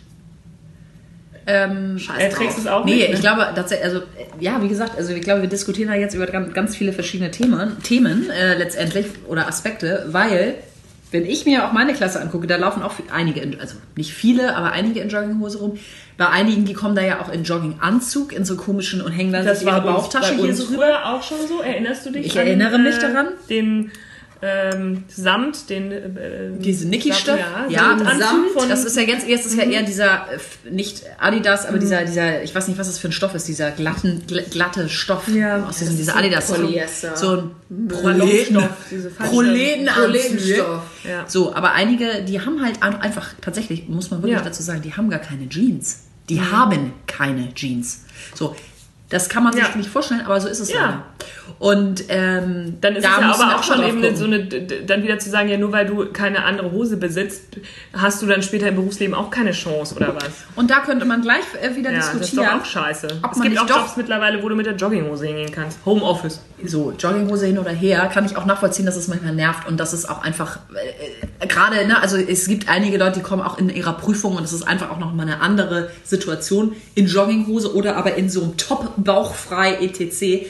Speaker 2: Ähm,
Speaker 4: Scheiß
Speaker 3: Erträgst du
Speaker 4: drauf.
Speaker 3: es auch
Speaker 2: nee,
Speaker 3: nicht? ne?
Speaker 2: ich glaube, tatsächlich, also äh, ja, wie gesagt, also ich glaube, wir diskutieren da jetzt über ganz ganz viele verschiedene Themen, Themen äh, letztendlich oder Aspekte, weil wenn ich mir auch meine Klasse angucke, da laufen auch einige, in, also nicht viele, aber einige in Jogginghose rum. Bei einigen, die kommen da ja auch in Jogginganzug, in so komischen und hängen dann
Speaker 3: Das
Speaker 2: sich ihre
Speaker 3: war bei Also uns-
Speaker 2: Bauchtasche
Speaker 3: bei
Speaker 2: hier
Speaker 3: uns
Speaker 2: so rüber.
Speaker 3: früher auch schon so. Erinnerst du dich? äh,
Speaker 2: Ich erinnere mich daran.
Speaker 3: Den ähm, Samt, den äh,
Speaker 2: Diese Niki-Stoff?
Speaker 3: Ja,
Speaker 2: Ja,
Speaker 3: Samtanzug
Speaker 4: Samt,
Speaker 3: von Mhm.
Speaker 2: Das ist ja jetzt, jetzt ist ja eher dieser, äh, f- nicht Adidas, aber dieser, dieser, ich weiß nicht, was das für ein Stoff ist, dieser glatten, gl- glatte Stoff
Speaker 3: Ja.
Speaker 2: aus diesem,
Speaker 3: Das
Speaker 2: dieser
Speaker 4: so ein
Speaker 2: adidas
Speaker 4: Polyester.
Speaker 2: So ein Proleten,
Speaker 3: Ballonstoff, diese falschen-
Speaker 2: Proletenanzüge.
Speaker 4: Proletenstoff.
Speaker 3: Ja.
Speaker 2: So, aber einige, die haben halt an- einfach, tatsächlich, muss man wirklich
Speaker 3: Ja. Mhm.
Speaker 2: dazu sagen, die haben gar keine Jeans. Die haben keine Jeans. So, das kann man sich
Speaker 3: Ja.
Speaker 2: nicht vorstellen, aber so ist es
Speaker 3: Ja.
Speaker 2: leider. Und ähm,
Speaker 3: Dann ist
Speaker 2: da
Speaker 3: es ja
Speaker 2: muss man
Speaker 3: aber auch
Speaker 2: mal
Speaker 3: schon
Speaker 2: drauf
Speaker 3: eben
Speaker 2: gucken.
Speaker 3: so eine, d- d- dann wieder zu sagen, ja, nur weil du keine andere Hose besitzt, hast du dann später im Berufsleben auch keine Chance oder was?
Speaker 2: Und da könnte man gleich äh, wieder
Speaker 3: Ja, das ist
Speaker 2: diskutieren.
Speaker 3: doch auch scheiße.
Speaker 2: Ob
Speaker 3: es
Speaker 2: man
Speaker 3: gibt
Speaker 2: nicht
Speaker 3: auch
Speaker 2: doch-
Speaker 3: Jobs mittlerweile, wo du mit der Jogginghose hingehen kannst. Homeoffice.
Speaker 2: so Jogginghose hin oder her, kann ich auch nachvollziehen, dass es manchmal nervt und dass es auch einfach äh, äh, gerade, ne, also es gibt einige Leute, die kommen auch in ihrer Prüfung und es ist einfach auch nochmal eine andere Situation in Jogginghose oder aber in so einem Top bauchfrei etc.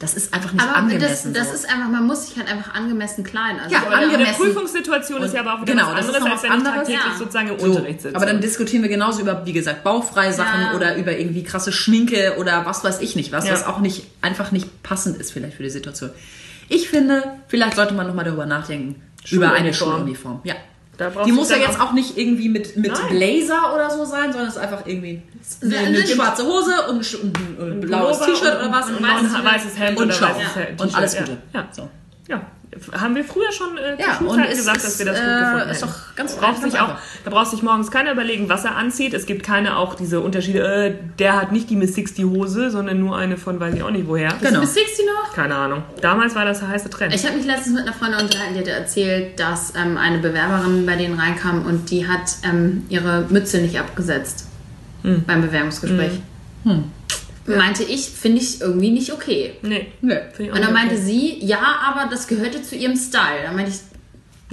Speaker 2: Das ist einfach nicht
Speaker 4: Aber das,
Speaker 2: angemessen.
Speaker 4: das
Speaker 2: so.
Speaker 4: ist einfach, man muss sich halt einfach angemessen klein. Also
Speaker 2: Ja,
Speaker 4: oder-
Speaker 2: angemessen.
Speaker 3: Eine Prüfungssituation ist ja aber auch wieder
Speaker 2: genau,
Speaker 3: was
Speaker 2: das ist
Speaker 3: anderes,
Speaker 2: noch
Speaker 3: als
Speaker 2: was
Speaker 3: wenn ich
Speaker 2: anderes,
Speaker 3: tagtäglich
Speaker 4: ja.
Speaker 3: sozusagen im
Speaker 2: so,
Speaker 3: Unterricht sitze.
Speaker 2: aber dann diskutieren wir genauso über, wie gesagt, bauchfreie Sachen
Speaker 4: Ja.
Speaker 2: oder über irgendwie krasse Schminke oder was weiß ich nicht, was,
Speaker 3: Ja.
Speaker 2: was auch nicht, einfach nicht passend ist vielleicht für die Situation. Ich finde, vielleicht sollte man nochmal darüber nachdenken, über eine
Speaker 3: Schuluniform.
Speaker 2: Schuluniform. Ja.
Speaker 3: Da brauchst
Speaker 2: Die
Speaker 3: du
Speaker 2: muss ja
Speaker 3: dann
Speaker 2: jetzt auch nicht irgendwie mit, mit
Speaker 3: Nein.
Speaker 2: Blazer oder so sein, sondern es ist einfach irgendwie eine,
Speaker 4: Ja,
Speaker 2: eine
Speaker 4: stimmt.
Speaker 2: schwarze Hose und ein, sch- und ein, ein blaues
Speaker 3: Pullover
Speaker 2: T-Shirt oder was
Speaker 3: und,
Speaker 2: und,
Speaker 3: und noch
Speaker 2: weißes
Speaker 3: ein weißes Hemd
Speaker 2: und
Speaker 3: oder
Speaker 2: Schal.
Speaker 3: weißes Hemd,
Speaker 2: Und alles
Speaker 3: T-Shirt,
Speaker 2: Gute.
Speaker 3: Ja.
Speaker 2: So.
Speaker 3: Ja. ja, haben wir früher schon äh,
Speaker 2: Ja,
Speaker 3: zu
Speaker 2: und
Speaker 3: Schulzeiten
Speaker 2: es
Speaker 3: gesagt,
Speaker 2: ist,
Speaker 3: dass wir das gut
Speaker 2: äh,
Speaker 3: gefunden hätten.
Speaker 2: ist doch ganz-
Speaker 3: braucht
Speaker 2: ganz
Speaker 3: sich auch,
Speaker 2: einfach.
Speaker 3: da braucht sich morgens keiner überlegen, was er anzieht. Es gibt keine auch diese Unterschiede, äh, der hat nicht die Miss Sixty Hose, sondern nur eine von weiß ich auch nicht woher.
Speaker 2: Genau.
Speaker 4: Bis 60 noch?
Speaker 3: Keine Ahnung. Damals war das der heiße Trend.
Speaker 4: Ich habe mich letztens mit einer Freundin unterhalten, die hatte erzählt, dass ähm, eine Bewerberin bei denen reinkam und die hat ähm, ihre Mütze nicht abgesetzt
Speaker 3: Hm.
Speaker 4: beim Bewerbungsgespräch.
Speaker 2: Hm.
Speaker 4: Meinte ich, finde ich irgendwie nicht okay.
Speaker 3: nee.
Speaker 2: Nö.
Speaker 3: Finde ich auch
Speaker 4: Und
Speaker 3: nicht
Speaker 4: dann meinte
Speaker 3: okay.
Speaker 4: sie, ja, aber das gehörte zu ihrem Style. Dann meinte ich,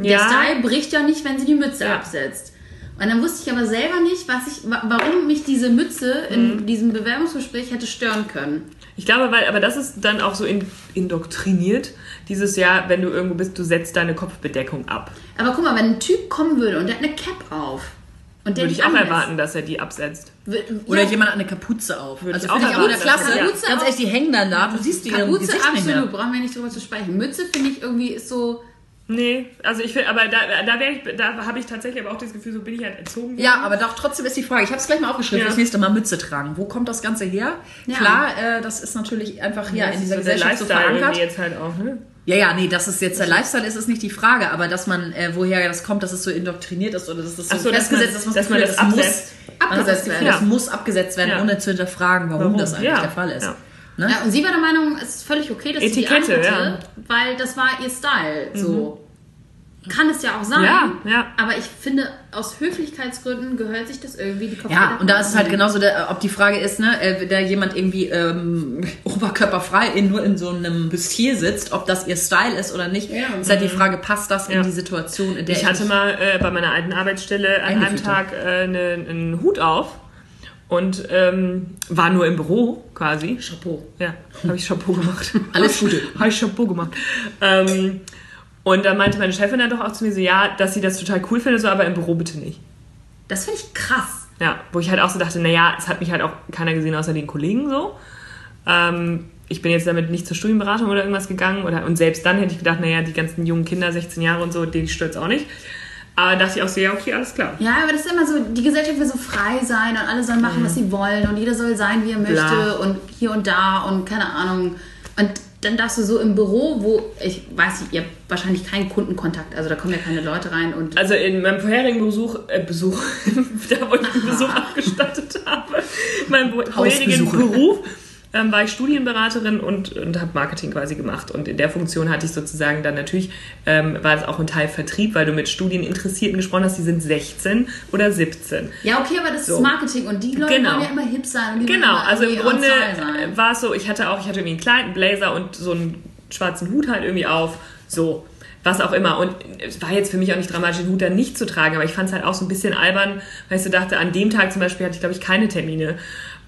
Speaker 4: der
Speaker 3: Ja.
Speaker 4: Style bricht ja nicht, wenn sie die Mütze
Speaker 3: Ja.
Speaker 4: absetzt. Und dann wusste ich aber selber nicht, was ich, wa- warum mich diese Mütze
Speaker 2: Mhm.
Speaker 4: in diesem Bewerbungsgespräch hätte stören können.
Speaker 3: Ich glaube, weil, aber das ist dann auch so in, indoktriniert, dieses Jahr, wenn du irgendwo bist, du setzt deine Kopfbedeckung ab.
Speaker 4: Aber guck mal, wenn ein Typ kommen würde und der hat eine Cap auf und der
Speaker 3: Würde
Speaker 4: nicht
Speaker 3: ich auch
Speaker 4: anlässt,
Speaker 3: erwarten, dass er die absetzt.
Speaker 4: wür-
Speaker 2: Oder
Speaker 4: ja,
Speaker 2: jemand hat eine Kapuze auf.
Speaker 3: Würde
Speaker 2: also
Speaker 3: ich auch
Speaker 2: finde ich auch in der
Speaker 3: erwarten,
Speaker 2: Klasse.
Speaker 3: dass-
Speaker 4: Kapuze
Speaker 2: Ganz
Speaker 4: auch.
Speaker 2: ehrlich, die hängen dann da. Du siehst die ihrem
Speaker 4: Kapuze,
Speaker 2: Gesicht nicht mehr.
Speaker 4: absolut, brauchen wir nicht drüber zu sprechen. Mütze finde ich irgendwie ist so.
Speaker 3: Nee, also ich finde, aber da, da wäre ich, da habe ich tatsächlich aber auch das Gefühl, so bin ich halt erzogen. worden.
Speaker 2: Ja, aber doch, trotzdem ist die Frage, ich habe es gleich mal aufgeschrieben,
Speaker 3: Ja.
Speaker 2: das nächste Mal Mütze tragen. Wo kommt das Ganze her?
Speaker 4: Ja.
Speaker 2: Klar, äh, das ist natürlich einfach ja,
Speaker 3: Das
Speaker 2: in
Speaker 3: ist
Speaker 2: dieser
Speaker 3: der
Speaker 2: Gesellschaft so
Speaker 3: Lifestyle irgendwie
Speaker 2: verankert.
Speaker 3: jetzt halt auch, ne?
Speaker 2: Ja, ja, nee, das ist jetzt der Lifestyle, ist es nicht die Frage, aber dass man, äh, woher das kommt, dass es so indoktriniert ist oder dass das so,
Speaker 3: Ach so, dass
Speaker 2: festgesetzt
Speaker 3: man-
Speaker 2: ist,
Speaker 3: dass man
Speaker 2: Gefühl
Speaker 3: das
Speaker 2: hat, muss
Speaker 3: absetzt.
Speaker 2: abgesetzt
Speaker 4: Abgesetzt
Speaker 2: werden.
Speaker 4: werden.
Speaker 2: Das muss abgesetzt werden,
Speaker 3: Ja.
Speaker 2: ohne zu hinterfragen, warum,
Speaker 3: Warum?
Speaker 2: das eigentlich
Speaker 3: Ja,
Speaker 2: der Fall ist.
Speaker 3: ja.
Speaker 2: Ne?
Speaker 4: Ja, und sie war der Meinung, es ist völlig okay, dass sie die
Speaker 3: Etikette,
Speaker 4: anhatte, weil das war ihr
Speaker 2: Mhm.
Speaker 4: Style. So. Kann es ja auch sein.
Speaker 3: Ja, ja.
Speaker 4: Aber ich finde, aus Höflichkeitsgründen gehört sich das irgendwie die Kopf
Speaker 2: Ja, und da ist es halt genauso, der, ob die Frage ist, ne, äh, da jemand irgendwie ähm, oberkörperfrei in, nur in so einem Bustier sitzt, ob das ihr Style ist oder nicht,
Speaker 4: Ja.
Speaker 2: ist halt die Frage, passt das
Speaker 3: Ja.
Speaker 2: in die Situation, in der
Speaker 3: Ich hatte
Speaker 2: mich-
Speaker 3: mal äh, bei meiner alten Arbeitsstelle an einem
Speaker 2: Eingeführter.
Speaker 3: Tag äh, ne- einen Hut auf und ähm, war nur im Büro quasi.
Speaker 2: Chapeau.
Speaker 3: Ja, habe ich Chapeau gemacht.
Speaker 2: Alles Gute.
Speaker 3: habe ich Chapeau gemacht. Ähm, und dann meinte meine Chefin dann doch auch zu mir so, ja, dass sie das total cool findet, so aber im Büro bitte nicht.
Speaker 4: Das finde ich krass.
Speaker 3: Ja, wo ich halt auch so dachte, naja, es hat mich halt auch keiner gesehen außer den Kollegen so. Ähm, ich bin jetzt damit nicht zur Studienberatung oder irgendwas gegangen. Oder, und selbst dann hätte ich gedacht, naja, die ganzen jungen Kinder, 16 Jahre und so, denen stört's auch nicht. Aber dachte ich auch so, ja, okay, alles klar.
Speaker 4: Ja, aber das ist immer so, die Gesellschaft will so frei sein und alle sollen
Speaker 3: Mhm.
Speaker 4: machen, was sie wollen und jeder soll sein, wie er möchte
Speaker 3: Bla.
Speaker 4: und hier und da und keine Ahnung. Und dann darfst du so im Büro, wo, ich weiß nicht, ihr habt wahrscheinlich keinen Kundenkontakt, also da kommen ja keine Leute rein und
Speaker 3: Also in meinem vorherigen Besuch, äh, Besuch, da wo ich den Besuch abgestattet habe, meinem bo- vorherigen
Speaker 2: Hausbesuche.
Speaker 3: Beruf, ähm, war ich Studienberaterin und, und habe Marketing quasi gemacht. Und in der Funktion hatte ich sozusagen dann natürlich, ähm, war es auch ein Teil Vertrieb, weil du mit Studieninteressierten gesprochen hast, die sind 16 oder 17.
Speaker 4: Ja, okay, aber das
Speaker 3: So.
Speaker 4: ist Marketing und die Leute
Speaker 3: Genau.
Speaker 4: wollen ja immer hip sein. Und die wollen
Speaker 3: Genau,
Speaker 4: immer
Speaker 3: also im
Speaker 4: irgendwie on
Speaker 3: Grunde
Speaker 4: style sein.
Speaker 3: war es so, ich hatte auch, ich hatte irgendwie einen kleinen Blazer und so einen schwarzen Hut halt irgendwie auf, so, was auch immer. Und es war jetzt für mich auch nicht dramatisch, den Hut dann nicht zu tragen, aber ich fand es halt auch so ein bisschen albern, weil ich so dachte, an dem Tag zum Beispiel hatte ich, glaube ich, keine Termine.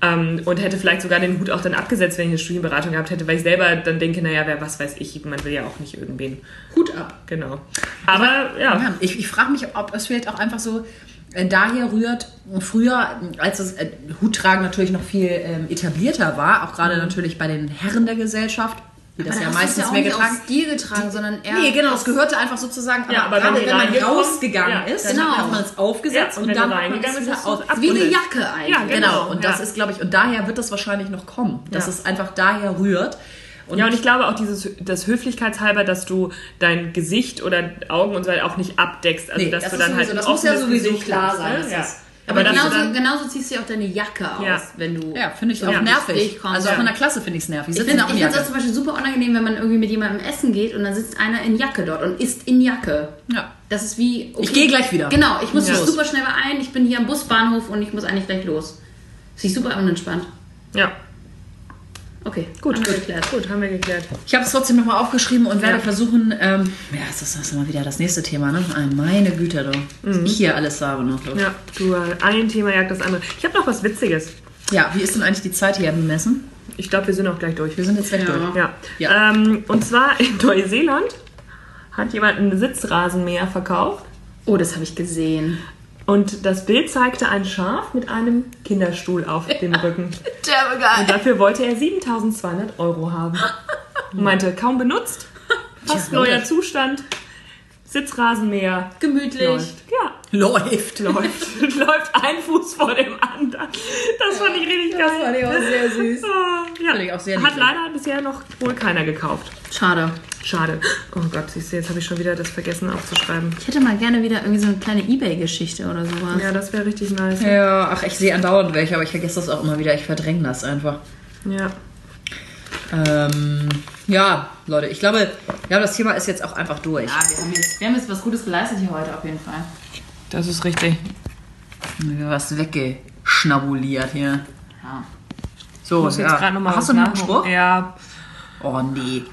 Speaker 3: Ähm, und hätte vielleicht sogar den Hut auch dann abgesetzt, wenn ich eine Studienberatung gehabt hätte, weil ich selber dann denke, naja, wer was weiß ich, man will ja auch nicht irgendwen.
Speaker 2: Hut ab.
Speaker 3: Genau. Aber ja,
Speaker 2: Ja, ich ich frage mich, ob es vielleicht auch einfach so äh, daher rührt, früher, äh, als das äh, Huttragen natürlich noch viel ähm, etablierter war, auch
Speaker 3: Mhm.
Speaker 2: gerade natürlich bei den Herren der Gesellschaft, die das
Speaker 4: Aber
Speaker 2: ja
Speaker 4: hast du
Speaker 2: meistens
Speaker 4: auch
Speaker 2: mehr
Speaker 4: nicht
Speaker 2: getragen.
Speaker 4: aus Stil getragen, sondern eher.
Speaker 2: Nee, genau, das gehörte einfach sozusagen, aber,
Speaker 3: Ja, aber
Speaker 2: gerade
Speaker 3: wenn die
Speaker 2: wenn man
Speaker 3: reingekommen-
Speaker 2: rausgegangen
Speaker 3: ja,
Speaker 2: ist,
Speaker 4: genau.
Speaker 2: dann hat man es aufgesetzt
Speaker 3: Ja, und
Speaker 2: und, dann
Speaker 3: wenn du
Speaker 2: hat man es
Speaker 3: reingegangen bist,
Speaker 2: wieder
Speaker 3: hast du es
Speaker 2: auf.
Speaker 3: ab-
Speaker 4: Wie eine
Speaker 3: Abgesetzt.
Speaker 4: Jacke eigentlich.
Speaker 3: Ja,
Speaker 2: Genau, und das
Speaker 3: ja.
Speaker 2: ist, glaube ich, und daher wird das wahrscheinlich noch kommen, dass
Speaker 3: Ja.
Speaker 2: es einfach daher rührt. Und
Speaker 3: ja, und ich glaube auch dieses das Höflichkeitshalber, dass du dein Gesicht oder Augen und so weiter auch nicht abdeckst, also
Speaker 2: Nee,
Speaker 3: dass
Speaker 2: das
Speaker 3: du
Speaker 2: ist
Speaker 3: dann halt
Speaker 2: sowieso-
Speaker 3: ein
Speaker 2: das muss ja
Speaker 3: offenes
Speaker 2: sowieso
Speaker 3: Gesicht
Speaker 2: klar
Speaker 3: hast,
Speaker 2: sein,
Speaker 3: ne?
Speaker 2: dass
Speaker 3: ja.
Speaker 2: das-
Speaker 3: Aber,
Speaker 4: Aber
Speaker 3: dass du
Speaker 4: genauso,
Speaker 3: dann,
Speaker 4: genauso ziehst du ja auch deine Jacke aus,
Speaker 3: Ja.
Speaker 4: wenn du.
Speaker 2: ja, finde ich auch
Speaker 3: Ja.
Speaker 2: nervig.
Speaker 4: Ich
Speaker 2: Also auch in der Klasse finde ich es nervig.
Speaker 4: Ich
Speaker 2: Sitzen
Speaker 4: finde
Speaker 2: auch in
Speaker 4: es auch
Speaker 2: Jacke.
Speaker 4: zum Beispiel super unangenehm, wenn man irgendwie mit jemandem essen geht und dann sitzt einer in Jacke dort und isst in Jacke.
Speaker 2: Ja.
Speaker 4: Das ist wie. okay,
Speaker 2: Ich gehe gleich wieder.
Speaker 4: Genau, ich muss
Speaker 2: Ja.
Speaker 4: mich super schnell beeilen. Ich bin hier am Busbahnhof und ich muss eigentlich gleich los. Ist ich super unentspannt.
Speaker 3: ja,
Speaker 4: Okay,
Speaker 3: gut,
Speaker 4: haben wir
Speaker 3: gut,
Speaker 4: geklärt.
Speaker 3: gut, haben wir geklärt.
Speaker 2: Ich habe es trotzdem nochmal aufgeschrieben und werde
Speaker 3: Ja.
Speaker 2: versuchen. Ähm, ja, das ist, das ist mal wieder das nächste Thema, ne? Ah, Meine Güte, doch. Was Ich hier alles habe noch. Du. Ja.
Speaker 3: Ja, du äh, ein Thema jagt das andere. Ich habe noch was Witziges.
Speaker 2: wie ist denn eigentlich die Zeit hier bemessen?
Speaker 3: Ich glaube, wir sind auch gleich durch.
Speaker 2: Wir sind jetzt weg,
Speaker 4: Ja.
Speaker 2: durch.
Speaker 3: Ja.
Speaker 2: Ja.
Speaker 3: Ähm, und zwar in Neuseeland hat jemand einen Sitzrasenmäher verkauft
Speaker 4: Oh, das habe ich gesehen.
Speaker 3: und das Bild zeigte ein Schaf mit einem Kinderstuhl auf dem Rücken.
Speaker 4: Derbe geil.
Speaker 3: Und dafür wollte er 7200 Euro haben. Und meinte, kaum benutzt, fast
Speaker 2: Tja,
Speaker 3: neuer
Speaker 2: läuft.
Speaker 3: Zustand, Sitzrasenmäher.
Speaker 4: Gemütlich.
Speaker 3: Läuft. Ja,
Speaker 2: Läuft.
Speaker 3: läuft. läuft ein Fuß vor dem anderen. Das fand ich richtig geil.
Speaker 2: ich auch sehr süß.
Speaker 3: Ah, ja.
Speaker 2: ich auch sehr
Speaker 3: Hat
Speaker 2: niedlich.
Speaker 3: leider bisher noch wohl keiner gekauft.
Speaker 4: Schade.
Speaker 3: Schade. Oh Gott, siehst du, jetzt habe ich schon wieder das vergessen aufzuschreiben.
Speaker 4: Ich hätte mal gerne wieder irgendwie so eine kleine Ebay-Geschichte oder sowas.
Speaker 3: Ja, das wäre richtig nice.
Speaker 2: Ja, ach, ich sehe andauernd welche, aber ich vergesse das auch immer wieder. Ich verdränge das einfach.
Speaker 3: Ja.
Speaker 2: Ähm, ja, Leute, ich glaube, ja, das Thema ist jetzt auch einfach durch.
Speaker 4: Ja, wir, haben jetzt, wir haben jetzt was Gutes geleistet hier heute auf jeden Fall.
Speaker 3: Das ist richtig.
Speaker 2: Was weggeschnabuliert hier.
Speaker 4: Ja.
Speaker 2: So,
Speaker 3: Muss jetzt
Speaker 2: ja.
Speaker 3: gerade noch mal
Speaker 2: Hast du
Speaker 3: was
Speaker 2: noch einen
Speaker 3: nachgucken.
Speaker 2: Spruch?
Speaker 3: Ja.
Speaker 2: Oh nee.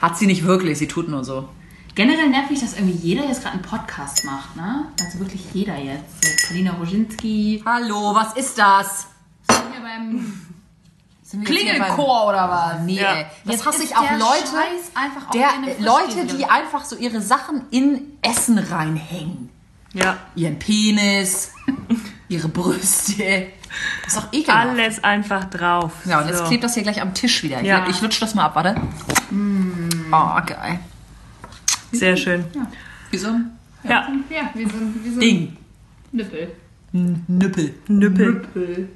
Speaker 2: Hat sie nicht wirklich, sie tut nur so.
Speaker 4: Generell nervt mich, dass irgendwie jeder jetzt gerade einen Podcast macht, ne? Also wirklich jeder jetzt. So Paulina Roginski.
Speaker 2: Hallo, was ist das?
Speaker 4: Sind wir beim
Speaker 2: Sind wir jetzt hier
Speaker 4: Klingelchor oder
Speaker 2: bei-
Speaker 4: was?
Speaker 2: Nee,
Speaker 3: Ja.
Speaker 2: ey. Das
Speaker 4: Jetzt
Speaker 2: hasse
Speaker 4: ist
Speaker 2: ich auch
Speaker 4: der
Speaker 2: Leute.
Speaker 4: Scheiß einfach auf
Speaker 2: der,
Speaker 4: in den Frisch
Speaker 2: Leute,
Speaker 4: gehen.
Speaker 2: die einfach so ihre Sachen in Essen reinhängen.
Speaker 3: Ja.
Speaker 2: Ihren Penis, ihre Brüste. Das ist doch ekelhaft.
Speaker 3: Alles einfach drauf.
Speaker 2: Ja, und jetzt
Speaker 3: So.
Speaker 2: klebt das hier gleich am Tisch wieder. Ich,
Speaker 3: Ja.
Speaker 2: ich lutsche das mal ab, warte. Oh, geil.
Speaker 3: Sehr schön.
Speaker 2: Wie so ein
Speaker 3: Ja.
Speaker 4: Ja, wie so, ein- wie so ein
Speaker 2: Ding.
Speaker 4: Nippel.
Speaker 2: Ein Nüppel.
Speaker 3: Nüppel.
Speaker 4: Nippel.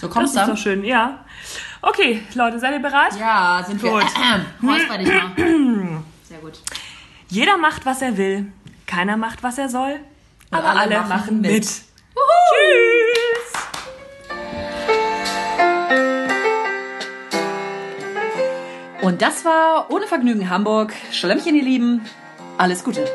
Speaker 2: So
Speaker 3: Das
Speaker 2: kommst
Speaker 3: ist doch
Speaker 2: du.
Speaker 3: schön, ja. Okay, Leute, seid ihr bereit?
Speaker 2: Ja, sind wir.
Speaker 3: Gut.
Speaker 4: Räusper dich mal. Sehr gut.
Speaker 3: Jeder macht, was er will. Keiner macht, was er soll. Aber
Speaker 2: alle
Speaker 3: alle,
Speaker 2: machen
Speaker 3: machen
Speaker 2: mit.
Speaker 3: mit. Tschüss.
Speaker 2: Und das war Ohne Vergnügen Hamburg. Schlemmchen, ihr Lieben. Alles Gute.